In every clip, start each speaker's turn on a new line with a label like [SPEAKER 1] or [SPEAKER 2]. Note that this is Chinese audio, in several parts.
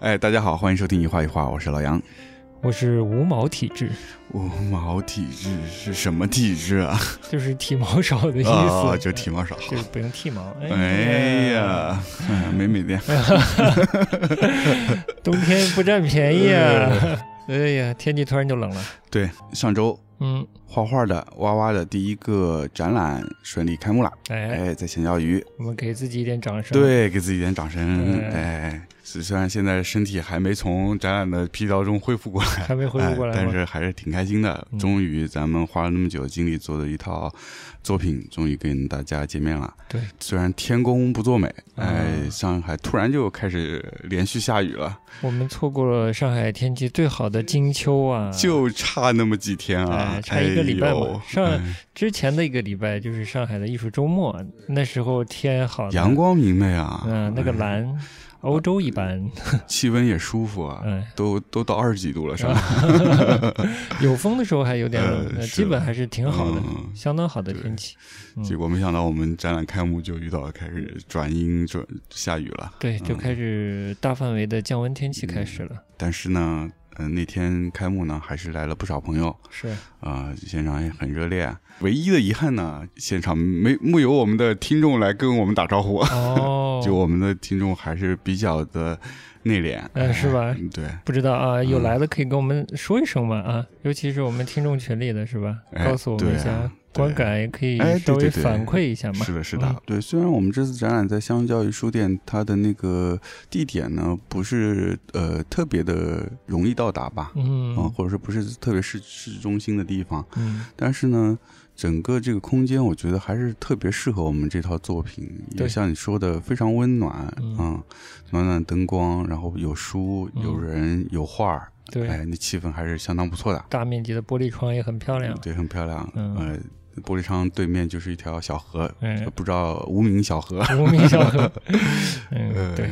[SPEAKER 1] 哎，大家好，欢迎收听一画一画，我是老杨。
[SPEAKER 2] 我是无毛体 质，
[SPEAKER 1] 无毛体质是 什么体质啊？
[SPEAKER 2] 就是体毛少的意思，
[SPEAKER 1] 哦，就体毛少。
[SPEAKER 2] 就是不用剃毛。
[SPEAKER 1] 哎呀， 哎美美的，
[SPEAKER 2] 冬天不占便宜啊！哎呀，天气突然就冷了。
[SPEAKER 1] 对，上周
[SPEAKER 2] 嗯，
[SPEAKER 1] 画画的哇哇的第一个展览顺利开幕了，
[SPEAKER 2] 哎，
[SPEAKER 1] 哎，在闲钓鱼，
[SPEAKER 2] 我们给自己一点掌声。，
[SPEAKER 1] 对，给自己一点掌声，
[SPEAKER 2] 嗯
[SPEAKER 1] 哎，虽虽然现在身体还没从展览的疲劳中恢复过来，
[SPEAKER 2] 还没恢复过来
[SPEAKER 1] 哎，但
[SPEAKER 2] 吗？
[SPEAKER 1] 是还是挺开心的。
[SPEAKER 2] 嗯
[SPEAKER 1] 终于，咱们花了那么久的精力做的一套作品，终于跟大家见面了。
[SPEAKER 2] 对，
[SPEAKER 1] 虽然天公不作美，
[SPEAKER 2] 啊
[SPEAKER 1] 哎，上海突然就开始连续下雨了，
[SPEAKER 2] 我们错过了上海天气最好的金秋啊！
[SPEAKER 1] 就差那么几天啊
[SPEAKER 2] 哎，差一个礼拜嘛
[SPEAKER 1] 哎呦
[SPEAKER 2] 上
[SPEAKER 1] 哎
[SPEAKER 2] 之前的一个礼拜就是上海的艺术周末，那时候天好，
[SPEAKER 1] 阳。光明媚啊，
[SPEAKER 2] 嗯，那个
[SPEAKER 1] 哎
[SPEAKER 2] 蓝，欧洲一般。
[SPEAKER 1] 气温也舒服啊，
[SPEAKER 2] 嗯，
[SPEAKER 1] 都都到二十几度了，上海。
[SPEAKER 2] 有风的时候还有点冷，
[SPEAKER 1] 呃
[SPEAKER 2] 那
[SPEAKER 1] 是
[SPEAKER 2] 基本还是挺好的，
[SPEAKER 1] 嗯
[SPEAKER 2] 相当好的天气。嗯
[SPEAKER 1] 结果没想到我们展览开幕就遇到开始转阴转下雨了，
[SPEAKER 2] 对，就
[SPEAKER 1] 嗯
[SPEAKER 2] 开始大范围的降温天气开始了。
[SPEAKER 1] 但是呢，嗯、那天开幕呢还是来了不少朋友，
[SPEAKER 2] 是，
[SPEAKER 1] 啊、现场也很热烈。唯一的遗憾呢，现场没木有我们的听众来跟我们打招呼，，
[SPEAKER 2] 哦
[SPEAKER 1] 就我们的听众还是比较的内敛，
[SPEAKER 2] 呃是吧
[SPEAKER 1] 嗯对，
[SPEAKER 2] 不知道啊，有
[SPEAKER 1] 嗯
[SPEAKER 2] 来的可以跟我们说一声嘛啊，尤其是我们听众群里的是吧？
[SPEAKER 1] 哎
[SPEAKER 2] 告诉我们一
[SPEAKER 1] 对啊
[SPEAKER 2] 下观感，也可以
[SPEAKER 1] 哎对
[SPEAKER 2] 稍微
[SPEAKER 1] 对对
[SPEAKER 2] 反馈一下嘛。
[SPEAKER 1] 是的，是的，
[SPEAKER 2] 嗯
[SPEAKER 1] 对。虽然我们这次展览在香蕉鱼书店，它的那个呃地点呢不是呃特别的容易到达吧，啊、
[SPEAKER 2] 嗯
[SPEAKER 1] 或者说不是特别市市中心的地方，
[SPEAKER 2] 嗯，
[SPEAKER 1] 但是呢，整个这个空间，我觉得还是特别适合我们这套作品。也
[SPEAKER 2] 对
[SPEAKER 1] 像你说的，非常温暖，
[SPEAKER 2] 嗯
[SPEAKER 1] 嗯，暖暖灯光，然后有书、
[SPEAKER 2] 嗯
[SPEAKER 1] 有人、有画儿，
[SPEAKER 2] 对，
[SPEAKER 1] 哎，那气氛还是相当不错的。
[SPEAKER 2] 大面积的玻璃窗也很漂亮。
[SPEAKER 1] 对，很漂亮。
[SPEAKER 2] 嗯
[SPEAKER 1] 呃，玻璃窗对面就是一条小河，
[SPEAKER 2] 嗯，
[SPEAKER 1] 不知道无名小河。
[SPEAKER 2] 无名小 河。嗯，
[SPEAKER 1] 呃，
[SPEAKER 2] 对，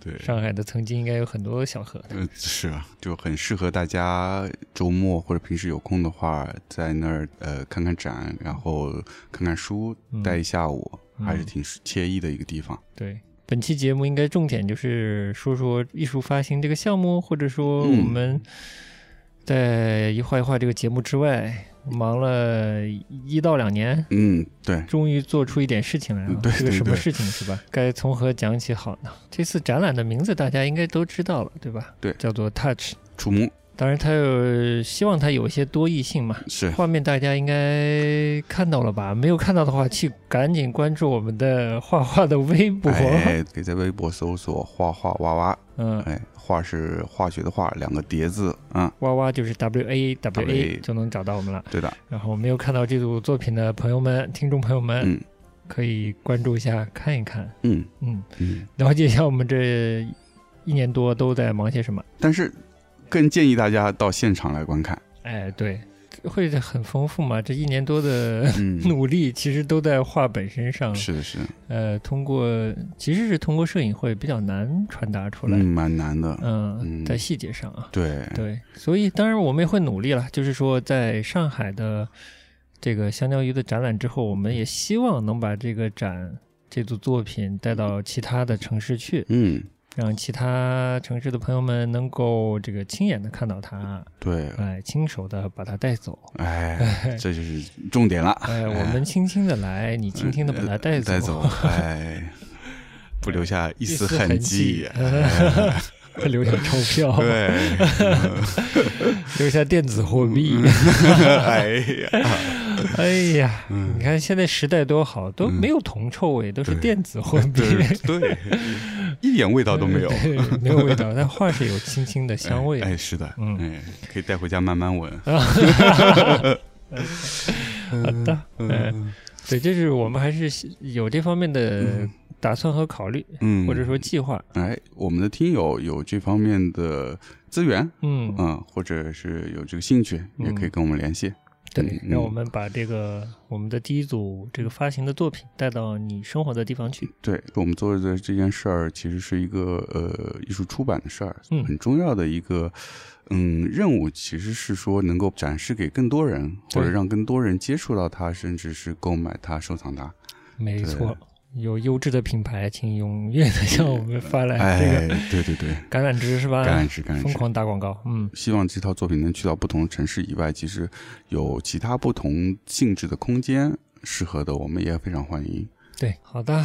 [SPEAKER 1] 对，
[SPEAKER 2] 上海的曾经应该有很多小河。
[SPEAKER 1] 呃，是啊，就很适合大家周末或者平时有空的话，在那儿呃看看展，然后看看书，
[SPEAKER 2] 嗯
[SPEAKER 1] 待一下午，
[SPEAKER 2] 嗯
[SPEAKER 1] 还是挺惬意的一个地方。
[SPEAKER 2] 对，本期节目应该重点就是说说艺术发行这个项目，或者说
[SPEAKER 1] 嗯
[SPEAKER 2] 我们在一画一画这个节目之外，忙了一到两年。
[SPEAKER 1] 嗯，对，
[SPEAKER 2] 终于做出一点事情来了
[SPEAKER 1] 嗯，对
[SPEAKER 2] 这个
[SPEAKER 1] 对
[SPEAKER 2] 什么
[SPEAKER 1] 对
[SPEAKER 2] 事情是吧？该从何讲起好呢？这次展览的名字大家应该都知道了，对吧？
[SPEAKER 1] 对
[SPEAKER 2] 叫做 Touch。
[SPEAKER 1] 楚门
[SPEAKER 2] 当然，它有希望它有一些多义性嘛，
[SPEAKER 1] 是
[SPEAKER 2] 画面大家应该看到了吧？没有看到的话，去赶紧关注我们的画画的微博。
[SPEAKER 1] 哎，可以在微博搜索“画画娃娃
[SPEAKER 2] 嗯”，，
[SPEAKER 1] 哎，画是化学的画，两个叠字，嗯，
[SPEAKER 2] 哇哇就是 W A W A 就能找到我们了。
[SPEAKER 1] 对的，
[SPEAKER 2] 然后没有看到这组作品的朋友们、听众朋友们，
[SPEAKER 1] 嗯
[SPEAKER 2] 可以关注一下看一看，
[SPEAKER 1] 嗯
[SPEAKER 2] 嗯，
[SPEAKER 1] 嗯。
[SPEAKER 2] 了解一下我们这一年多都在忙些什么。
[SPEAKER 1] 但是更建议大家到现场来观 看，
[SPEAKER 2] 哎，对，会很丰富嘛，这一年多的
[SPEAKER 1] 嗯，
[SPEAKER 2] 努力其实都在画本身上，
[SPEAKER 1] 是的，是的，
[SPEAKER 2] 呃，通过其实是通过摄影会比较难传达出来，
[SPEAKER 1] 嗯，蛮难的，
[SPEAKER 2] 嗯
[SPEAKER 1] 嗯
[SPEAKER 2] 在细节上啊，
[SPEAKER 1] 对，
[SPEAKER 2] 对，所以当然我们也会努力了，就是说在上海的这个香蕉鱼的展览之后，我们也希望能把这个展这组作品带到其他的城市去，
[SPEAKER 1] 嗯，
[SPEAKER 2] 让其他城市的朋友们能够这个亲眼的看到它，
[SPEAKER 1] 对，
[SPEAKER 2] 哎，亲手的把它带走，
[SPEAKER 1] 哎，这就是重点了。
[SPEAKER 2] 哎，我们轻轻的来，你轻轻的把它带走，
[SPEAKER 1] 带走，哎，不留下一
[SPEAKER 2] 一
[SPEAKER 1] 丝
[SPEAKER 2] 丝
[SPEAKER 1] 痕
[SPEAKER 2] 迹
[SPEAKER 1] 迹。，
[SPEAKER 2] 留下钞票，
[SPEAKER 1] 对，
[SPEAKER 2] 留下电子货
[SPEAKER 1] 嗯
[SPEAKER 2] 币。
[SPEAKER 1] 哎呀，
[SPEAKER 2] 哎呀，你看现在时代多好，都没有铜臭味，都是
[SPEAKER 1] 嗯对
[SPEAKER 2] 电子货币，
[SPEAKER 1] 对 对，一点味道都没有。
[SPEAKER 2] 对，没有味道，但画是有清清的香味的。
[SPEAKER 1] 哎，是的，
[SPEAKER 2] 嗯
[SPEAKER 1] 哎，可以带回家慢慢闻。
[SPEAKER 2] 好的，嗯，对，这是我们还是有这方面的打算和考虑，
[SPEAKER 1] 嗯，
[SPEAKER 2] 或者说，计划。
[SPEAKER 1] 哎，我们的听友有这方面的资源，
[SPEAKER 2] 嗯，
[SPEAKER 1] 嗯，或者是有这个兴趣，也可以跟我们联系。
[SPEAKER 2] 对，
[SPEAKER 1] 嗯
[SPEAKER 2] 让我们把这个我们的第一组这个发行的作品带到你生活的地方去。
[SPEAKER 1] 对我们做的这件事儿，其实是一个呃艺术出版的事儿，
[SPEAKER 2] 嗯
[SPEAKER 1] 很重要的一个嗯任务，其实是说能够展示给更多人，或
[SPEAKER 2] 对
[SPEAKER 1] 者让更多人接触到它，甚至是购买它、收藏它。
[SPEAKER 2] 没错，有优质的品牌，请踊跃的向我们发来这
[SPEAKER 1] 哎呃
[SPEAKER 2] 个，
[SPEAKER 1] 对对对，
[SPEAKER 2] 橄榄枝是吧？
[SPEAKER 1] 感恩是感恩
[SPEAKER 2] 疯
[SPEAKER 1] 是。
[SPEAKER 2] 狂打广告，嗯
[SPEAKER 1] 希望这套作品能去到不同城市以外，其实有其他不同性质的空间适合的，我们也非常欢迎。
[SPEAKER 2] 对，好的，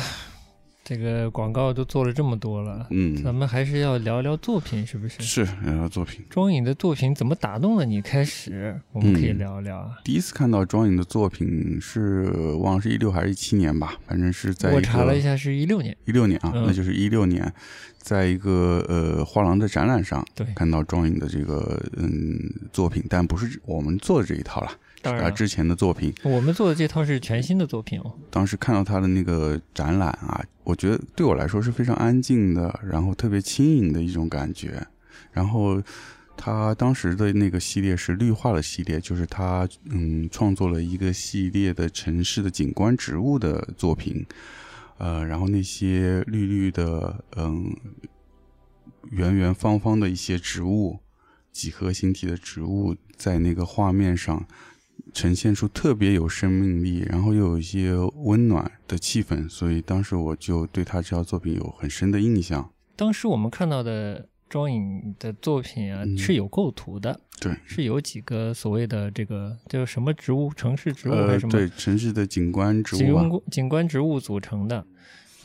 [SPEAKER 2] 这个广告都做了这么多了，咱
[SPEAKER 1] 嗯，
[SPEAKER 2] 们还是要聊聊作品，是不是？
[SPEAKER 1] 是然后作品。
[SPEAKER 2] 庄颖的作品怎么打动了你？开始我们可以
[SPEAKER 1] 嗯
[SPEAKER 2] 聊一聊啊。
[SPEAKER 1] 第一次看到庄颖的作品是忘了是一六还是一七年吧，反正是在
[SPEAKER 2] 我查了一
[SPEAKER 1] 下，
[SPEAKER 2] 下，是一六年，
[SPEAKER 1] 一六年啊，
[SPEAKER 2] 嗯
[SPEAKER 1] 那就是一六年，在一个呃画廊的展览上
[SPEAKER 2] 对，
[SPEAKER 1] 看到庄颖的这个嗯作品，但不是我们做的这一套啦，
[SPEAKER 2] 当然
[SPEAKER 1] 他
[SPEAKER 2] 了
[SPEAKER 1] 之前的作品。
[SPEAKER 2] 我们做的这套是全新的作品哦。
[SPEAKER 1] 当时看到他的那个展览啊，我觉得对我来说是非常安静的，然后特别轻盈的一种感觉。然后他当时的那个系列是绿化的系列，就是他嗯创作了一个系列的城市的景观植物的作品，呃，然后那些绿绿的嗯圆圆方方的一些植物，几何形体的植物在那个画面上呈现出特别有生命力，然后又有一些温暖的气氛，所以当时我就对他这套作品有很深的印象。
[SPEAKER 2] 当时我们看到的庄颖的作品啊，
[SPEAKER 1] 嗯
[SPEAKER 2] 是有构图的，
[SPEAKER 1] 对，
[SPEAKER 2] 是有几个所谓的这个叫什么植物、城市植物还
[SPEAKER 1] 呃
[SPEAKER 2] 是，什么
[SPEAKER 1] 对，城市的景观植
[SPEAKER 2] 景
[SPEAKER 1] 物吧，啊
[SPEAKER 2] 观景观植物组成的。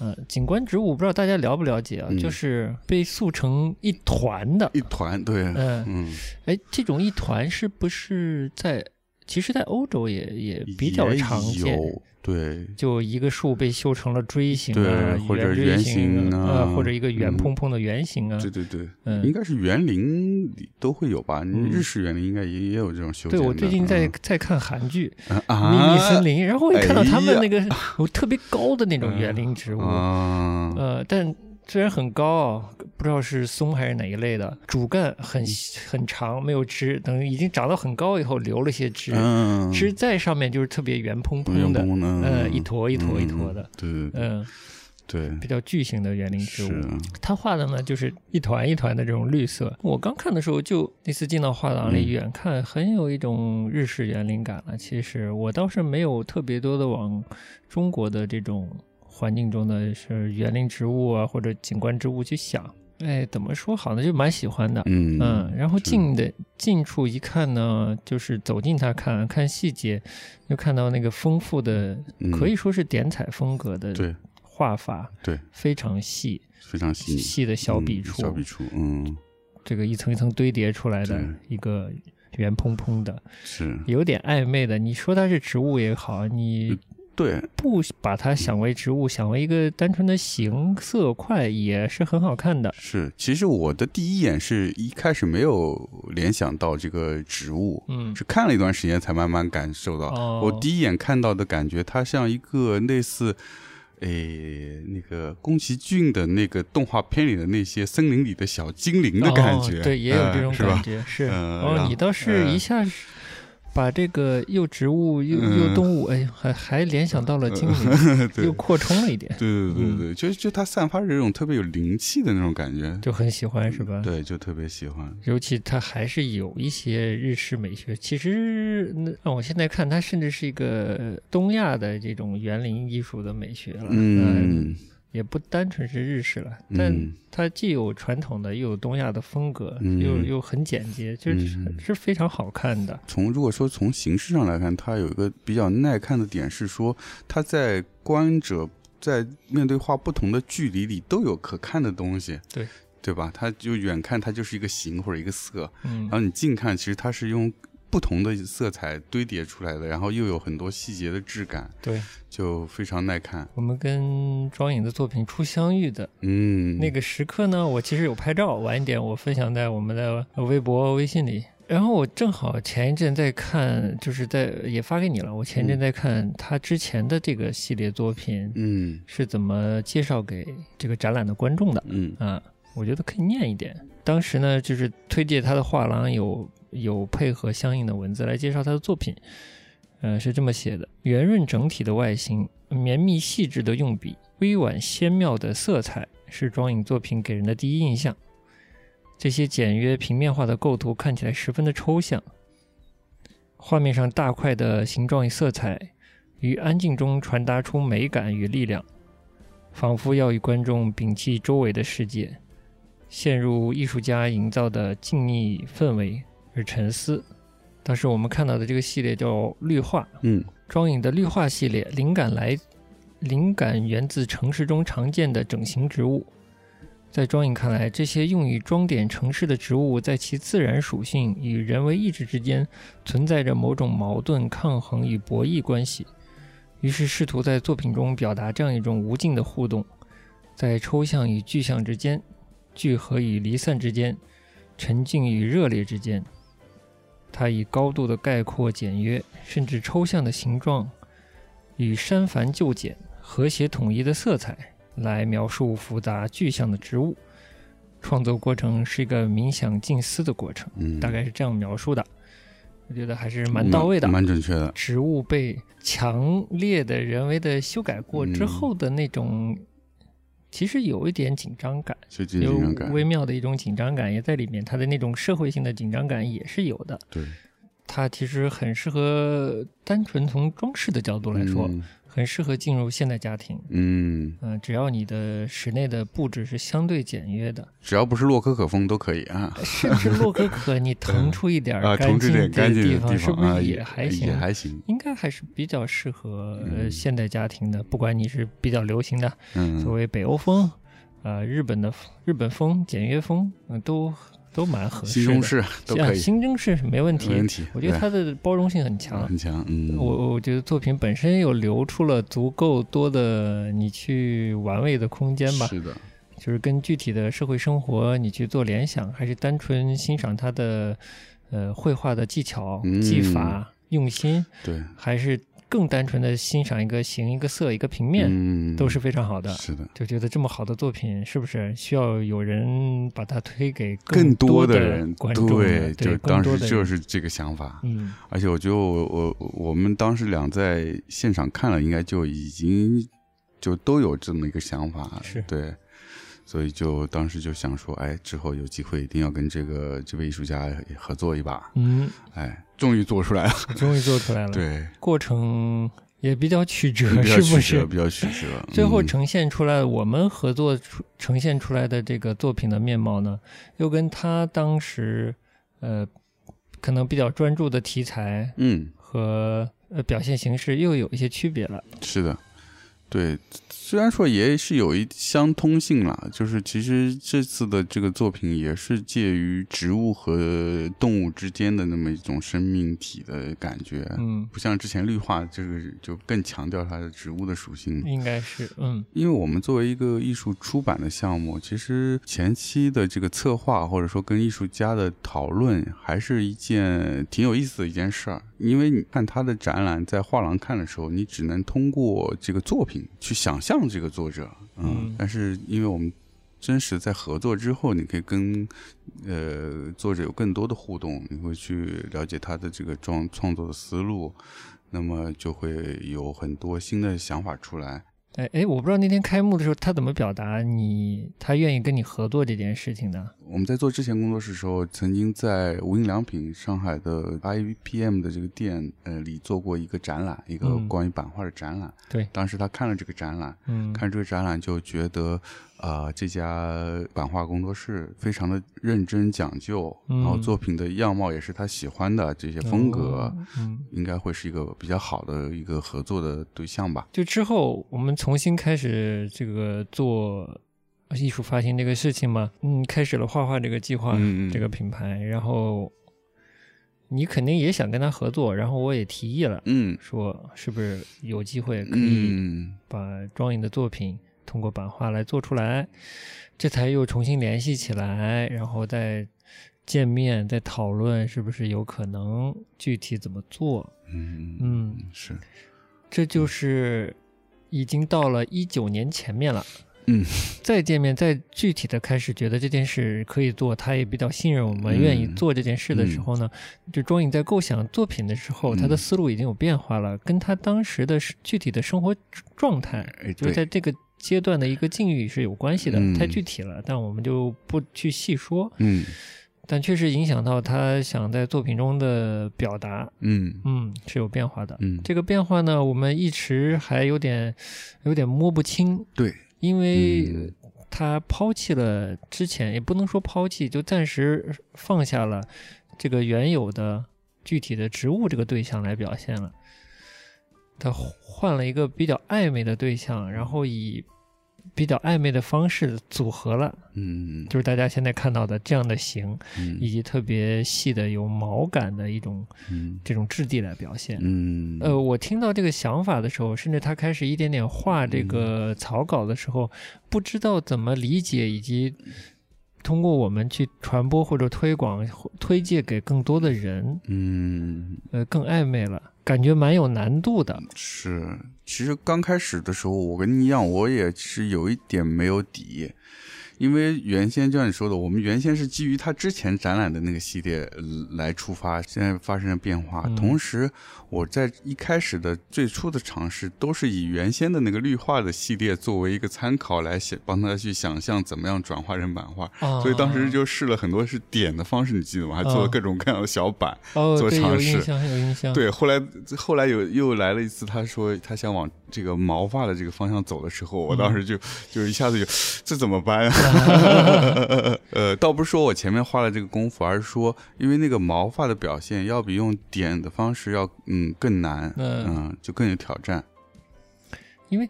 [SPEAKER 2] 呃，景观植物不知道大家了不了解啊，
[SPEAKER 1] 嗯
[SPEAKER 2] 就是被塑成一团的。
[SPEAKER 1] 一团，对，
[SPEAKER 2] 嗯、
[SPEAKER 1] 嗯，
[SPEAKER 2] 哎，这种一团是不是在？其实，在欧洲也也比较
[SPEAKER 1] 也
[SPEAKER 2] 常见。
[SPEAKER 1] 有，对，
[SPEAKER 2] 就一个树被修成了锥形啊，
[SPEAKER 1] 对或者
[SPEAKER 2] 圆锥形
[SPEAKER 1] 圆形啊
[SPEAKER 2] 呃，或者一个圆
[SPEAKER 1] 嗯
[SPEAKER 2] 蓬蓬的圆形啊。
[SPEAKER 1] 对对对，应
[SPEAKER 2] 嗯，
[SPEAKER 1] 该是园林里都会有吧？
[SPEAKER 2] 嗯
[SPEAKER 1] 日式园林应该也也有这种修
[SPEAKER 2] 对
[SPEAKER 1] 剪的。
[SPEAKER 2] 我最近在
[SPEAKER 1] 嗯
[SPEAKER 2] 在看韩剧
[SPEAKER 1] 啊
[SPEAKER 2] 《秘密森林》，然后我一看到他
[SPEAKER 1] 哎
[SPEAKER 2] 们
[SPEAKER 1] 呀嗯
[SPEAKER 2] 那个有特别高的那种园林植物，
[SPEAKER 1] 啊，
[SPEAKER 2] 呃，但虽然很高啊，不知道是松还是哪一类的，主干
[SPEAKER 1] 嗯
[SPEAKER 2] 很很长，没有枝，等已经长到很高以后留了些枝，
[SPEAKER 1] 嗯，
[SPEAKER 2] 枝在上呃面就是特别圆蓬
[SPEAKER 1] 圆
[SPEAKER 2] 蓬的，
[SPEAKER 1] 蓬的，
[SPEAKER 2] 呃，一坨一坨一坨的，
[SPEAKER 1] 嗯，对
[SPEAKER 2] 嗯，
[SPEAKER 1] 对
[SPEAKER 2] 比较巨型的园林
[SPEAKER 1] 对，
[SPEAKER 2] 植物。
[SPEAKER 1] 是
[SPEAKER 2] 他画的呢，就是一团一团的这种绿色。我刚看的时候，就那次进到画廊里，
[SPEAKER 1] 嗯
[SPEAKER 2] 远看很有一种日式园林感了。其实我倒是没有特别多的往中国的这种环境中的是园林植物啊或者景观植物去想。哎，怎么说好呢？就蛮喜欢的。
[SPEAKER 1] 嗯
[SPEAKER 2] 嗯，然后
[SPEAKER 1] 是
[SPEAKER 2] 近的近处一看呢，就是走近它看看细节，就看到那个丰富的，
[SPEAKER 1] 嗯
[SPEAKER 2] 可以说是点彩风格的
[SPEAKER 1] 对
[SPEAKER 2] 画法，
[SPEAKER 1] 对，
[SPEAKER 2] 非常细，
[SPEAKER 1] 非常细腻
[SPEAKER 2] 细的小笔
[SPEAKER 1] 嗯
[SPEAKER 2] 触，
[SPEAKER 1] 小笔触，嗯，
[SPEAKER 2] 这个一层一层堆叠出来的
[SPEAKER 1] 对
[SPEAKER 2] 一个圆蓬蓬的，
[SPEAKER 1] 是
[SPEAKER 2] 有点暧昧的。你说它是植物也好，
[SPEAKER 1] 嗯
[SPEAKER 2] 你
[SPEAKER 1] 对，
[SPEAKER 2] 不把它想为植物，想为一个单纯的形色块，也是很好看的。
[SPEAKER 1] 是。其实我的第一眼是一开始没有联想到这个植物，
[SPEAKER 2] 嗯，
[SPEAKER 1] 是看了一段时间才慢慢感受到。
[SPEAKER 2] 哦
[SPEAKER 1] 我第一眼看到的感觉，它像一个类似，诶，那个宫崎骏的那个动画片里的那些森林里的小精灵的感觉，
[SPEAKER 2] 哦、对，也有这
[SPEAKER 1] 呃
[SPEAKER 2] 种感
[SPEAKER 1] 是吧？
[SPEAKER 2] 觉。是
[SPEAKER 1] 嗯
[SPEAKER 2] 哦
[SPEAKER 1] 然，后
[SPEAKER 2] 你倒是一
[SPEAKER 1] 呃
[SPEAKER 2] 下是把这个又植物又又
[SPEAKER 1] 嗯
[SPEAKER 2] 动物，哎，还还联想到了精灵，
[SPEAKER 1] 对
[SPEAKER 2] 又扩充了一点，
[SPEAKER 1] 对对对
[SPEAKER 2] 嗯
[SPEAKER 1] 对，就就它散发着一种特别有灵气的那种感觉，
[SPEAKER 2] 就很喜欢是吧？
[SPEAKER 1] 对，就特别喜欢。
[SPEAKER 2] 尤其它还是有一些日式美学。其实，那让我现在看，它甚至是一个呃东亚的这种园林艺术的美学了。
[SPEAKER 1] 嗯，
[SPEAKER 2] 也不单纯是日式了，
[SPEAKER 1] 嗯
[SPEAKER 2] 但它既有传统的，又有东亚的风格，
[SPEAKER 1] 嗯
[SPEAKER 2] 又又很简洁，就是、
[SPEAKER 1] 嗯
[SPEAKER 2] 是非常好看的。
[SPEAKER 1] 从如果说从形式上来看，它有一个比较耐看的点是说，它在观者在面对画不同的距离里都有可看的东西，
[SPEAKER 2] 对
[SPEAKER 1] 对吧？它就远看它就是一个形或者一个色，
[SPEAKER 2] 嗯
[SPEAKER 1] 然，后你近看其实它是用不同的色彩堆叠出来的，然后又有很多细节的质感，
[SPEAKER 2] 对，
[SPEAKER 1] 就非常耐看。
[SPEAKER 2] 我们跟庄颖的作品初相遇的
[SPEAKER 1] 嗯，
[SPEAKER 2] 那个时刻呢，我其实有拍照，晚一点我分享在我们的微博、微信里。然后我正好前一阵在看，就是在也发给你了。我前一阵在看他之前的这个系列作品
[SPEAKER 1] 嗯
[SPEAKER 2] 是怎么介绍给这个展览的观众的
[SPEAKER 1] 嗯
[SPEAKER 2] 啊，我觉得可以念一点。当时呢，就是推介他的画廊有有配合相应的文字来介绍他的作品，呃，是这么写的：圆润整体的外形，绵密细致的用笔，微婉鲜妙的色彩，是庄颖作品给人的第一印象。这些简约平面化的构图看起来十分的抽象，画面上大块的形状与色彩，于安静中传达出美感与力量。仿佛要与观众摒弃周围的世界，陷入艺术家营造的静谧氛围而沉思。当时我们看到的这个系列叫《绿化》，
[SPEAKER 1] 嗯
[SPEAKER 2] 庄颖的绿化系列，灵感来灵感源自城市中常见的整形植物。在庄颖看来，这些用于装点城市的植物，在其自然属性与人为意志之间存在着某种矛盾、抗衡与博弈关系。于是，试图在作品中表达这样一种无尽的互动，在抽象与具象之间，聚合与离散之间，沉静与热烈之间。它以高度的概括、简约，甚至抽象的形状，与删繁就简、和谐统一的色彩，来描述复杂具象的植物。创作过程是一个冥想静思的过程，
[SPEAKER 1] 嗯，
[SPEAKER 2] 大概是这样描述的。我觉得还是蛮到位的，
[SPEAKER 1] 蛮准确的。
[SPEAKER 2] 植物被强烈的人为的修改过之后的那种，其实有一点紧张感，
[SPEAKER 1] 就紧张感
[SPEAKER 2] 有，微妙的一种紧张感也在里面，它的那种社会性的紧张感也是有的。
[SPEAKER 1] 对，
[SPEAKER 2] 它其实很适合单纯从装饰的角度来说，
[SPEAKER 1] 嗯
[SPEAKER 2] 很适合进入现代家庭。
[SPEAKER 1] 嗯，
[SPEAKER 2] 嗯、只要你的室内的布置是相对简 约的，
[SPEAKER 1] 只要不是洛可可风都可以 啊。
[SPEAKER 2] 甚至洛可可你腾出一点儿
[SPEAKER 1] 啊，重
[SPEAKER 2] 干
[SPEAKER 1] 置
[SPEAKER 2] 净
[SPEAKER 1] 点干净
[SPEAKER 2] 地
[SPEAKER 1] 的
[SPEAKER 2] 方，是不
[SPEAKER 1] 啊，
[SPEAKER 2] 是
[SPEAKER 1] 也
[SPEAKER 2] 还行？
[SPEAKER 1] 也还行。
[SPEAKER 2] 应该还是比较适合呃
[SPEAKER 1] 嗯
[SPEAKER 2] 现代家庭的，不管你是比较流行的所
[SPEAKER 1] 嗯，
[SPEAKER 2] 谓北欧风，呃，日本的日本风、简约风，嗯、都都蛮合适
[SPEAKER 1] 新
[SPEAKER 2] 的。
[SPEAKER 1] 中式都
[SPEAKER 2] 啊
[SPEAKER 1] 可以，
[SPEAKER 2] 新中式是没问题
[SPEAKER 1] 没，问题。
[SPEAKER 2] 我觉得
[SPEAKER 1] 对
[SPEAKER 2] 它的包容性很强。
[SPEAKER 1] 很强，嗯，
[SPEAKER 2] 我我觉得作品本身又留出了足够多的你去玩味的空间吧，
[SPEAKER 1] 是的，
[SPEAKER 2] 就是跟具体的社会生活你去做联想，还是单纯欣赏它的呃绘画的技巧、
[SPEAKER 1] 嗯
[SPEAKER 2] 技法、用心，
[SPEAKER 1] 对，
[SPEAKER 2] 还是更单纯的欣赏一个形、一个色、一个平面，
[SPEAKER 1] 嗯，
[SPEAKER 2] 都是非常好的。
[SPEAKER 1] 是的，
[SPEAKER 2] 就觉得这么好的作品，是不是需要有人把它推给
[SPEAKER 1] 更
[SPEAKER 2] 多
[SPEAKER 1] 的
[SPEAKER 2] 人
[SPEAKER 1] 人，
[SPEAKER 2] 观众呢？对，
[SPEAKER 1] 就
[SPEAKER 2] 更
[SPEAKER 1] 当
[SPEAKER 2] 多
[SPEAKER 1] 时
[SPEAKER 2] 的人
[SPEAKER 1] 就是这个想法，
[SPEAKER 2] 嗯
[SPEAKER 1] 而且我觉得我我我们当时俩在现场看了，应该就已经就都有这么一个想法，
[SPEAKER 2] 是
[SPEAKER 1] 对，所以就当时就想说，哎，之后有机会一定要跟这个这位艺术家也合作一把，
[SPEAKER 2] 嗯，
[SPEAKER 1] 哎，终于做出来了，
[SPEAKER 2] 终于做出来了。
[SPEAKER 1] 对，
[SPEAKER 2] 过程也比较曲折，
[SPEAKER 1] 比较
[SPEAKER 2] 嗯 是不
[SPEAKER 1] 曲折，
[SPEAKER 2] 是？
[SPEAKER 1] 比较曲折，
[SPEAKER 2] 最后
[SPEAKER 1] 嗯
[SPEAKER 2] 呈现出来，我们合作出呈现出来的这个作品的面貌呢，又跟他当时呃可能比较专注的题材
[SPEAKER 1] 嗯，
[SPEAKER 2] 和呃表现形式又有一些区别了。
[SPEAKER 1] 是的，对，虽然说也是有一相通性啦，就是其实这次的这个作品也是介于植物和动物之间的那么一种生命体的感觉，
[SPEAKER 2] 嗯，
[SPEAKER 1] 不像之前绿化这个就更强调它的植物的属性。
[SPEAKER 2] 嗯应该是嗯
[SPEAKER 1] 因为我们作为一个艺术出版的项目，其实前期的这个策划或者说跟艺术家的讨论，还是一件挺有意思的一件事儿。因为你看他的展览，在画廊看的时候，你只能通过这个作品去想象这个作者，嗯，
[SPEAKER 2] 嗯
[SPEAKER 1] 但是因为我们。真实在合作之后，你可以跟呃作者有更多的互动，你会去了解他的这个创创作的思路，那么就会有很多新的想法出来。
[SPEAKER 2] 哎哎，我不知道那天开幕的时候他怎么表达你他愿意跟你合作这件事情的。
[SPEAKER 1] 我们在做之前工作室的时候，曾经在无印良品上海的 IPM 的这个店呃里做过一个展览，一个
[SPEAKER 2] 嗯
[SPEAKER 1] 关于版画的展览。
[SPEAKER 2] 对
[SPEAKER 1] 当时他看了这个展览，
[SPEAKER 2] 嗯，
[SPEAKER 1] 看这个展览就觉得，啊，这家版画工作室非常的认真讲究，
[SPEAKER 2] 嗯
[SPEAKER 1] 然后作品的样貌也是他喜欢的这些风格，
[SPEAKER 2] 哦嗯，
[SPEAKER 1] 应该会是一个比较好的一个合作的对象吧。
[SPEAKER 2] 就之后我们重新开始这个做艺术发行这个事情嘛，嗯，开始了画画这个计划，
[SPEAKER 1] 嗯嗯
[SPEAKER 2] 这个品牌，然后你肯定也想跟他合作，然后我也提议了，
[SPEAKER 1] 嗯
[SPEAKER 2] 说是不是有机会可以
[SPEAKER 1] 嗯，
[SPEAKER 2] 把庄颖的作品通过版画来做出来，这才又重新联系起来，然后再见面，再讨论是不是有可能具体怎么做，
[SPEAKER 1] 嗯
[SPEAKER 2] 嗯。
[SPEAKER 1] 是
[SPEAKER 2] 这就是已经到了一九年前面了。
[SPEAKER 1] 嗯，
[SPEAKER 2] 再见面，再具体的开始觉得这件事可以做，他也比较信任我
[SPEAKER 1] 嗯
[SPEAKER 2] 们，愿意做这件事的时候呢，就庄颖在构想作品的时候，
[SPEAKER 1] 嗯
[SPEAKER 2] 他的思路已经有变化了，跟他当时的是具体的生活状态，
[SPEAKER 1] 哎
[SPEAKER 2] 就
[SPEAKER 1] 对
[SPEAKER 2] 是在这个阶段的一个境遇是有关系的，
[SPEAKER 1] 嗯
[SPEAKER 2] 太具体了，但我们就不去细说，
[SPEAKER 1] 嗯
[SPEAKER 2] 但确实影响到他想在作品中的表达，
[SPEAKER 1] 嗯
[SPEAKER 2] 嗯，是有变化的。
[SPEAKER 1] 嗯，
[SPEAKER 2] 这个变化呢，我们一直还有点有点摸不清，
[SPEAKER 1] 对，
[SPEAKER 2] 因为
[SPEAKER 1] 嗯
[SPEAKER 2] 他抛弃了之前，也不能说抛弃，就暂时放下了这个原有的具体的植物这个对象来表现了。他换了一个比较暧昧的对象，然后以比较暧昧的方式组合了，
[SPEAKER 1] 嗯
[SPEAKER 2] 就是大家现在看到的这样的形，
[SPEAKER 1] 嗯
[SPEAKER 2] 以及特别细的有毛感的一种
[SPEAKER 1] 嗯
[SPEAKER 2] 这种质地来表现。
[SPEAKER 1] 嗯
[SPEAKER 2] 呃，我听到这个想法的时候，甚至他开始一点点画这
[SPEAKER 1] 嗯
[SPEAKER 2] 个草稿的时候，不知道怎么理解，以及通过我们去传播或者推广、或推介给更多的人，
[SPEAKER 1] 嗯
[SPEAKER 2] 呃，更暧昧了，感觉蛮有难度的。
[SPEAKER 1] 是，其实刚开始的时候，我跟你一样，我也是有一点没有底，因为原先就像你说的，我们原先是基于他之前展览的那个系列呃来出发，现在发生了变化。
[SPEAKER 2] 嗯
[SPEAKER 1] 同时，我在一开始的最初的尝试，都是以原先的那个绿化的系列作为一个参考来写，帮他去想象怎么样转化成版画。
[SPEAKER 2] 啊，
[SPEAKER 1] 嗯所以当时就试了很多是点的方式，你记得吗？还做了
[SPEAKER 2] 啊
[SPEAKER 1] 各种各样的小板，
[SPEAKER 2] 哦，
[SPEAKER 1] 做
[SPEAKER 2] 对，
[SPEAKER 1] 尝
[SPEAKER 2] 有
[SPEAKER 1] 试
[SPEAKER 2] 印象，有印象。，
[SPEAKER 1] 对，后来后来有又来了一次，他说他想往这个毛发的这个方向走的时候，我
[SPEAKER 2] 嗯
[SPEAKER 1] 当时就、就一下子就这怎么办啊？ 呃，倒不是说我前面花了这个功夫，而是说因为那个毛发的表现要比用点的方式要嗯更难，
[SPEAKER 2] 嗯
[SPEAKER 1] 嗯，就更有挑战。
[SPEAKER 2] 因为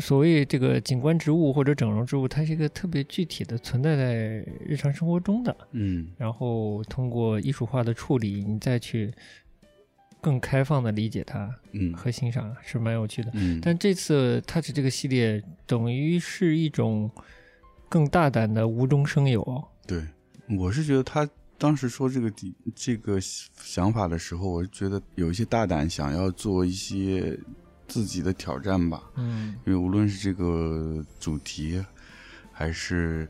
[SPEAKER 2] 所谓这个景观植物或者整容植物，它是一个特别具体的存在在日常生活中的。
[SPEAKER 1] 嗯
[SPEAKER 2] 然后通过艺术化的处理，你再去更开放的理解它
[SPEAKER 1] 嗯
[SPEAKER 2] 和欣赏，啊是蛮有趣的。
[SPEAKER 1] 嗯，
[SPEAKER 2] 但这次 Touch 这个系列，等于是一种更大胆的无中生有。
[SPEAKER 1] 对，我是觉得他当时说这个底这个想法的时候，我是觉得有一些大胆，想要做一些自己的挑战吧。
[SPEAKER 2] 嗯
[SPEAKER 1] 因为无论是这个主题，还是